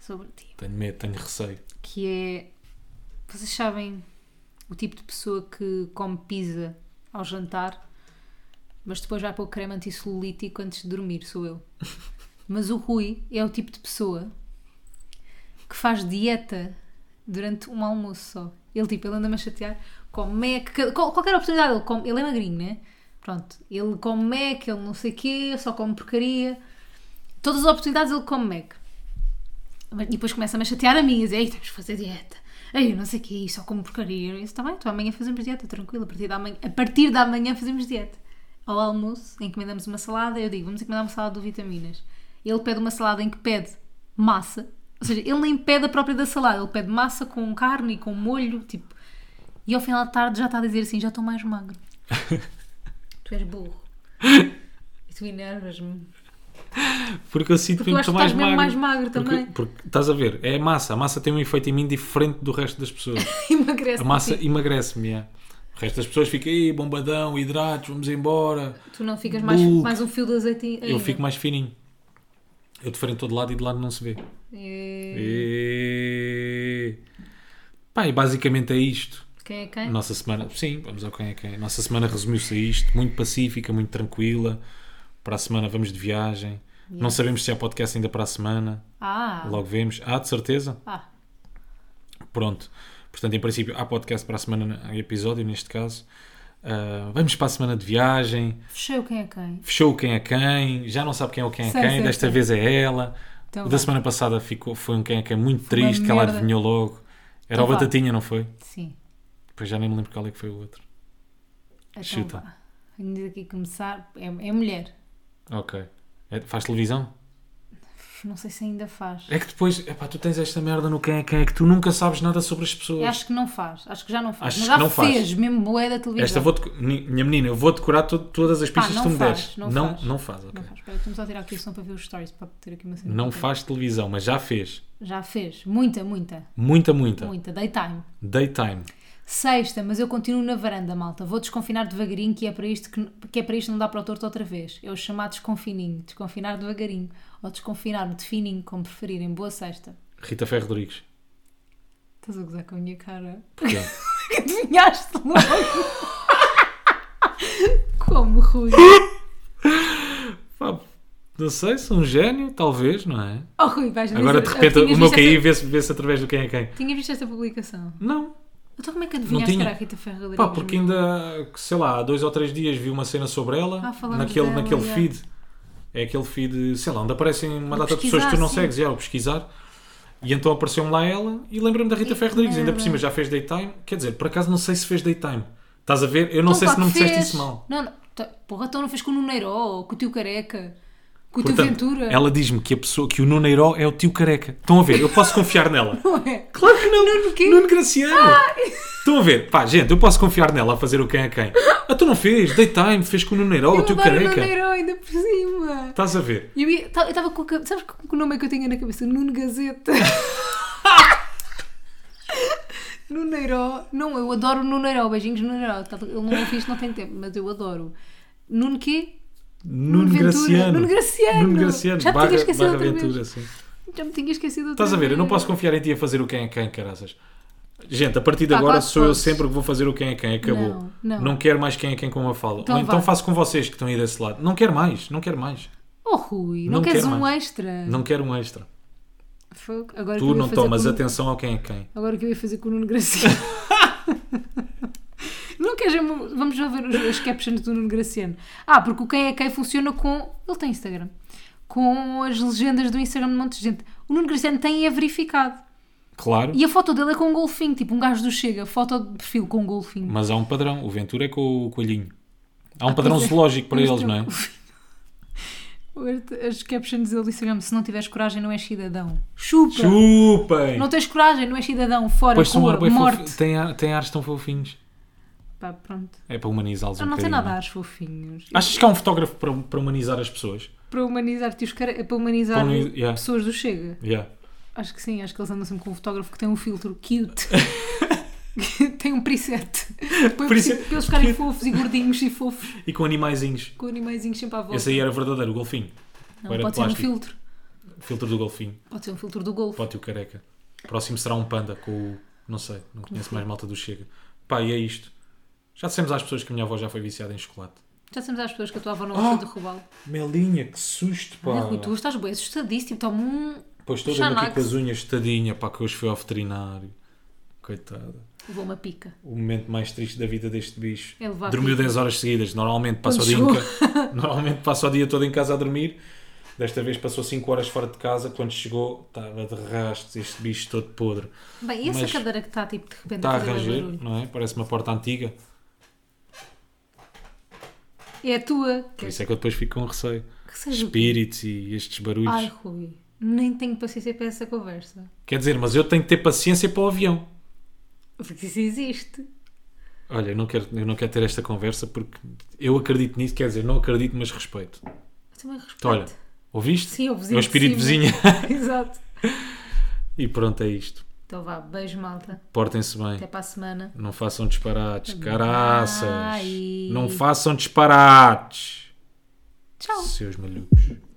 Speaker 2: Sobre ti.
Speaker 1: Tenho medo, tenho receio.
Speaker 2: Que é. Vocês sabem o tipo de pessoa que come pizza ao jantar, mas depois vai para o creme anticelulítico antes de dormir, sou eu. Mas o Rui é o tipo de pessoa que faz dieta durante um almoço só. Ele, tipo, ele anda-me a chatear, come Mac, que- qual- qualquer oportunidade, ele come, ele é magrinho, né? Pronto, ele come Mac, ele não sei o quê, só come porcaria. Todas as oportunidades ele come Mac. Mas- E depois começa-me a chatear a mim, a dizer, ei, temos que fazer dieta. Ei, eu não sei o quê, só como porcaria. Eu disse, tá bem, então amanhã fazemos dieta, tranquilo, a partir da manhã, a partir da manhã fazemos dieta. Ao almoço, encomendamos uma salada, eu digo, vamos encomendar uma salada de vitaminas. Ele pede uma salada em que pede massa, ou seja, ele nem pede a própria da salada, ele pede massa com carne e com molho, tipo. E ao final da tarde já está a dizer assim, já estou mais
Speaker 1: [laughs]
Speaker 2: magro. tu és burro. E tu enervas-me. [laughs]
Speaker 1: Porque eu sinto
Speaker 2: Porque
Speaker 1: mesmo
Speaker 2: eu
Speaker 1: que
Speaker 2: acho
Speaker 1: estou
Speaker 2: que
Speaker 1: mais
Speaker 2: estás
Speaker 1: magro.
Speaker 2: mesmo mais magro
Speaker 1: Porque-
Speaker 2: também.
Speaker 1: porque, estás a ver, é a massa. A mmassa tem um efeito em mim diferente do resto das pessoas.
Speaker 2: Emagrece. [laughs]
Speaker 1: A massa emagrece-me. é. O resto das pessoas fica aí, bombadão, hidratos, vamos embora.
Speaker 2: Tu não ficas mais,
Speaker 1: Bulk.
Speaker 2: mais um fio de azeite
Speaker 1: Eu fico mais fininho. Eu diferente todo lado e de lado não se vê.
Speaker 2: É...
Speaker 1: E... Pá, e basicamente é isto.
Speaker 2: Quem é quem?
Speaker 1: Nossa semana, sim, vamos ao quem é quem. Nossa semana resumiu-se a isto, muito pacífica, muito tranquila. Para a semana vamos de viagem. Não sabemos se há podcast ainda para a semana.
Speaker 2: Ah,
Speaker 1: Logo vemos. Ah, de certeza.
Speaker 2: ah,
Speaker 1: Pronto. Portanto, em princípio, há podcast para a semana, há episódio neste caso. Ah, vamos para a semana de viagem.
Speaker 2: fechei o quem é quem.
Speaker 1: Fechou o quem é quem. Já não sabe quem é o quem é
Speaker 2: Sei,
Speaker 1: quem.
Speaker 2: sei,
Speaker 1: Desta
Speaker 2: sei.
Speaker 1: vez é ela.
Speaker 2: Então
Speaker 1: o da
Speaker 2: vá.
Speaker 1: semana passada ficou, foi um quem é quem muito
Speaker 2: uma
Speaker 1: triste, que ela
Speaker 2: merda.
Speaker 1: adivinhou logo. Era
Speaker 2: Então
Speaker 1: o
Speaker 2: vá.
Speaker 1: Batatinha, não foi?
Speaker 2: Sim.
Speaker 1: Pois já nem me lembro qual é que foi o outro.
Speaker 2: Então,
Speaker 1: Chuta.
Speaker 2: vá. Vamos aqui começar. É, é mulher.
Speaker 1: Ok. É- faz televisão?
Speaker 2: Não sei se ainda faz.
Speaker 1: É que depois, epá, tu tens esta merda no quem é quem é que tu nunca sabes nada sobre as pessoas.
Speaker 2: Eu Acho que não faz. Acho que já não faz.
Speaker 1: Acho
Speaker 2: Mas já
Speaker 1: que não faz.
Speaker 2: fez mesmo boé da televisão.
Speaker 1: Esta vou minha menina, eu vou decorar to- todas as
Speaker 2: Pá,
Speaker 1: pistas que
Speaker 2: Ah, não
Speaker 1: tu me
Speaker 2: faz,
Speaker 1: deres.
Speaker 2: não
Speaker 1: não,
Speaker 2: faz.
Speaker 1: não faz, ok.
Speaker 2: Não faz. Espera, Estamos só a tirar aqui o som para ver os stories, para ter aqui uma cena.
Speaker 1: Não
Speaker 2: qualquer.
Speaker 1: faz televisão, mas já fez.
Speaker 2: Já fez. Muita, muita.
Speaker 1: Muita, muita.
Speaker 2: Muita. Daytime.
Speaker 1: Daytime.
Speaker 2: Sexta, mas eu continuo na varanda, malta. Vou desconfinar devagarinho, que é para isto que, que é para isto não dar para o torto outra vez. É o chamado desconfininho, desconfinar devagarinho, ou desconfinar-me de fininho, como preferirem. Boa sexta.
Speaker 1: Rita Ferro Rodrigues.
Speaker 2: Estás a gozar com a minha cara? [laughs]
Speaker 1: Porquê? [laughs]
Speaker 2: Adivinhaste logo? [laughs] como, Rui?
Speaker 1: Pá, não sei, sou um gênio, talvez, não é?
Speaker 2: Oh, Rui, vais
Speaker 1: Agora de
Speaker 2: dizer-
Speaker 1: repente
Speaker 2: tinhas
Speaker 1: o meu
Speaker 2: visto
Speaker 1: KI
Speaker 2: esta-
Speaker 1: vê-se vê-se através do quem é quem.
Speaker 2: Tinhas visto esta publicação?
Speaker 1: Não.
Speaker 2: Então como é que adivinhaste que
Speaker 1: tinha.
Speaker 2: era a Rita Ferreira Rodrigues?
Speaker 1: Pá, porque ainda, sei lá, há dois ou três dias vi uma cena sobre ela
Speaker 2: Ah, falamos
Speaker 1: naquele,
Speaker 2: dela,
Speaker 1: naquele
Speaker 2: já.
Speaker 1: feed. É aquele feed, sei lá, onde aparecem uma data de
Speaker 2: pesquisar,
Speaker 1: pessoas que tu não
Speaker 2: sim.
Speaker 1: segues, é, o pesquisar. E então apareceu-me lá ela e lembrei-me da Rita
Speaker 2: Ai, que
Speaker 1: Ferro Rodrigues, ainda
Speaker 2: merda.
Speaker 1: por cima já fez daytime. Quer dizer, por acaso não sei se fez daytime. Estás a ver? Eu não
Speaker 2: Então,
Speaker 1: sei
Speaker 2: pá,
Speaker 1: se não me
Speaker 2: que
Speaker 1: disseste
Speaker 2: fez.
Speaker 1: isso mal.
Speaker 2: Não, não. Tá- Porra, então não fez com o Nuneiro, com o tio Careca, com o tio
Speaker 1: Portanto,
Speaker 2: Ventura.
Speaker 1: ela diz-me que a pessoa, que o Nuneiro é o tio careca. Estão a ver? Eu posso confiar
Speaker 2: [laughs]
Speaker 1: nela.
Speaker 2: Não é?
Speaker 1: Claro que não.
Speaker 2: Nuno quê?
Speaker 1: Nuno Graciano. Estão a ver? Pá, gente, eu posso confiar nela a fazer o quem é
Speaker 2: [laughs]
Speaker 1: quem. Ah, tu não fez? Daytime, fez com o Nuneiro, o
Speaker 2: Eu
Speaker 1: teu
Speaker 2: adoro o
Speaker 1: careca.
Speaker 2: Nuneiro ainda por cima.
Speaker 1: Estás a ver?
Speaker 2: E eu ia- tá- eu estava com a ca- Sabes que o nome é que eu tinha na cabeça?
Speaker 1: [laughs]
Speaker 2: Nuno Gazeta. Nuneiro. Não, eu adoro o Nuneiro. Beijinhos, Nuneiro. Tá- Ele não ouve isto, não tem tempo, mas eu adoro. Nuno quê?
Speaker 1: Nuno,
Speaker 2: Ventura.
Speaker 1: Graciano.
Speaker 2: Nuno Graciano.
Speaker 1: Nuno Graciano.
Speaker 2: Já me tinha
Speaker 1: barra,
Speaker 2: esquecido
Speaker 1: barra
Speaker 2: outra vez.
Speaker 1: Ventura, sim.
Speaker 2: Já me tinha esquecido outra
Speaker 1: Estás a ver? Eu não
Speaker 2: vez.
Speaker 1: posso confiar em ti a fazer o quem é quem, caraças. Gente, a partir de
Speaker 2: Pá,
Speaker 1: agora
Speaker 2: Tá, quase
Speaker 1: sou eu
Speaker 2: podes.
Speaker 1: sempre que vou fazer o quem é quem. Acabou.
Speaker 2: Não, não.
Speaker 1: quero mais quem é quem com a fala.
Speaker 2: Então
Speaker 1: Ou então
Speaker 2: vá.
Speaker 1: faço com vocês que estão aí desse lado. Não quero mais, não quero mais.
Speaker 2: Oh, Rui, não,
Speaker 1: Não
Speaker 2: queres
Speaker 1: quero
Speaker 2: um
Speaker 1: mais.
Speaker 2: extra?
Speaker 1: Não quero um extra.
Speaker 2: Fogo. Agora que
Speaker 1: Tu
Speaker 2: eu ia
Speaker 1: não
Speaker 2: fazer
Speaker 1: tomas
Speaker 2: com o-
Speaker 1: atenção ao quem é quem.
Speaker 2: Agora que eu ia fazer com o Nuno [laughs] Graciano. não queres. Vamos já ver os, as captions do Nuno Graciano. Ah, porque o quem é quem funciona com. Ele tem Instagram. Com as legendas do Instagram de um monte de gente. O Nuno Graciano tem e é verificado.
Speaker 1: Claro.
Speaker 2: E a foto dele é com um golfinho, tipo um gajo do Chega. Foto de perfil com um golfinho.
Speaker 1: Mas há um padrão. O Ventura é com o coelhinho. Há um padrão
Speaker 2: pois é.
Speaker 1: zoológico para
Speaker 2: Mas
Speaker 1: eles,
Speaker 2: tem-
Speaker 1: não é?
Speaker 2: As captions dele do Instagram. Se não tiveres coragem, não és cidadão.
Speaker 1: [laughs]
Speaker 2: Chupa! um
Speaker 1: Chupem!
Speaker 2: Não tens coragem, não és cidadão. Fora,
Speaker 1: Pois são
Speaker 2: rua,
Speaker 1: ar bué
Speaker 2: morte.
Speaker 1: fofo- Tem, ar- tem ares tão fofinhos.
Speaker 2: Pá, pronto.
Speaker 1: É para humanizá-los um
Speaker 2: não Ah, tem
Speaker 1: bocadinho.
Speaker 2: nada a ares fofinhos.
Speaker 1: Achas que há um fotógrafo para, para humanizar as pessoas?
Speaker 2: Para humanizar, tios, cara- para humanizar
Speaker 1: Para humaniz- yeah.
Speaker 2: pessoas do Chega.
Speaker 1: Yeah.
Speaker 2: Acho que sim, acho que eles andam sempre com um fotógrafo que tem um filtro
Speaker 1: [laughs]
Speaker 2: cute. tem um preset. Põe
Speaker 1: Preset
Speaker 2: para eles ficarem
Speaker 1: é cute.
Speaker 2: fofos e gordinhos e fofos,
Speaker 1: E com animaizinhos.
Speaker 2: com animaizinhos sempre à volta.
Speaker 1: Esse aí era verdadeiro, o golfinho.
Speaker 2: não,
Speaker 1: Ou era
Speaker 2: pode
Speaker 1: de
Speaker 2: ser um
Speaker 1: plástico.
Speaker 2: filtro.
Speaker 1: Filtro do golfinho.
Speaker 2: Pode ser um filtro do Golfo.
Speaker 1: Pote o careca. Próximo será um panda com o. Não sei, não conheço mais malta do Chega. Pá, e é isto. Já dissemos às pessoas que a minha avó já foi viciada em chocolate.
Speaker 2: Já dissemos às pessoas que a tua avó não gosta
Speaker 1: Oh.
Speaker 2: de roubá-lo.
Speaker 1: Melinha, que susto, pá.
Speaker 2: Olha, Rui, tu estás bem assustadíssimo. Toma um.
Speaker 1: Pois toda
Speaker 2: Xanax.
Speaker 1: aqui com as unhas, tadinha, pá, que hoje foi ao veterinário. Coitada.
Speaker 2: Levou uma pica.
Speaker 1: O momento mais triste da vida deste bicho.
Speaker 2: É levar
Speaker 1: Dormiu
Speaker 2: pica.
Speaker 1: 10 horas seguidas. Normalmente passa, o
Speaker 2: Quando
Speaker 1: dia em ca- [laughs] Normalmente passa o dia todo em casa a dormir. Desta vez passou 5 horas fora de casa. Quando chegou, estava de rastos. Este bicho todo podre.
Speaker 2: Bem, e essa
Speaker 1: Mas
Speaker 2: cadeira que está tipo de repente
Speaker 1: Está
Speaker 2: a
Speaker 1: a
Speaker 2: fazer bué
Speaker 1: ranger,
Speaker 2: barulho?
Speaker 1: não é? Parece uma porta antiga.
Speaker 2: É a tua.
Speaker 1: Por isso é que eu depois fico com receio.
Speaker 2: Que seja o
Speaker 1: Espíritos e estes barulhos.
Speaker 2: Ai, Rui, nem tenho paciência para essa conversa.
Speaker 1: Quer dizer, mas eu tenho que ter paciência para o avião.
Speaker 2: Porque isso existe.
Speaker 1: Olha, eu não quero, eu não quero ter esta conversa porque eu acredito nisso. Quer dizer, não acredito, mas respeito.
Speaker 2: Eu também respeito.
Speaker 1: Então, olha, ouviste?
Speaker 2: Sim, é o vizinho.
Speaker 1: É o
Speaker 2: de
Speaker 1: espírito
Speaker 2: cima.
Speaker 1: vizinho.
Speaker 2: [laughs]
Speaker 1: [laughs]
Speaker 2: Exato.
Speaker 1: E pronto, é isto.
Speaker 2: Então vá, beijo, malta.
Speaker 1: Portem-se bem.
Speaker 2: Até para a semana.
Speaker 1: Não façam disparates, caraças.
Speaker 2: Ai.
Speaker 1: Não façam disparates,
Speaker 2: Tchau.
Speaker 1: seus malucos.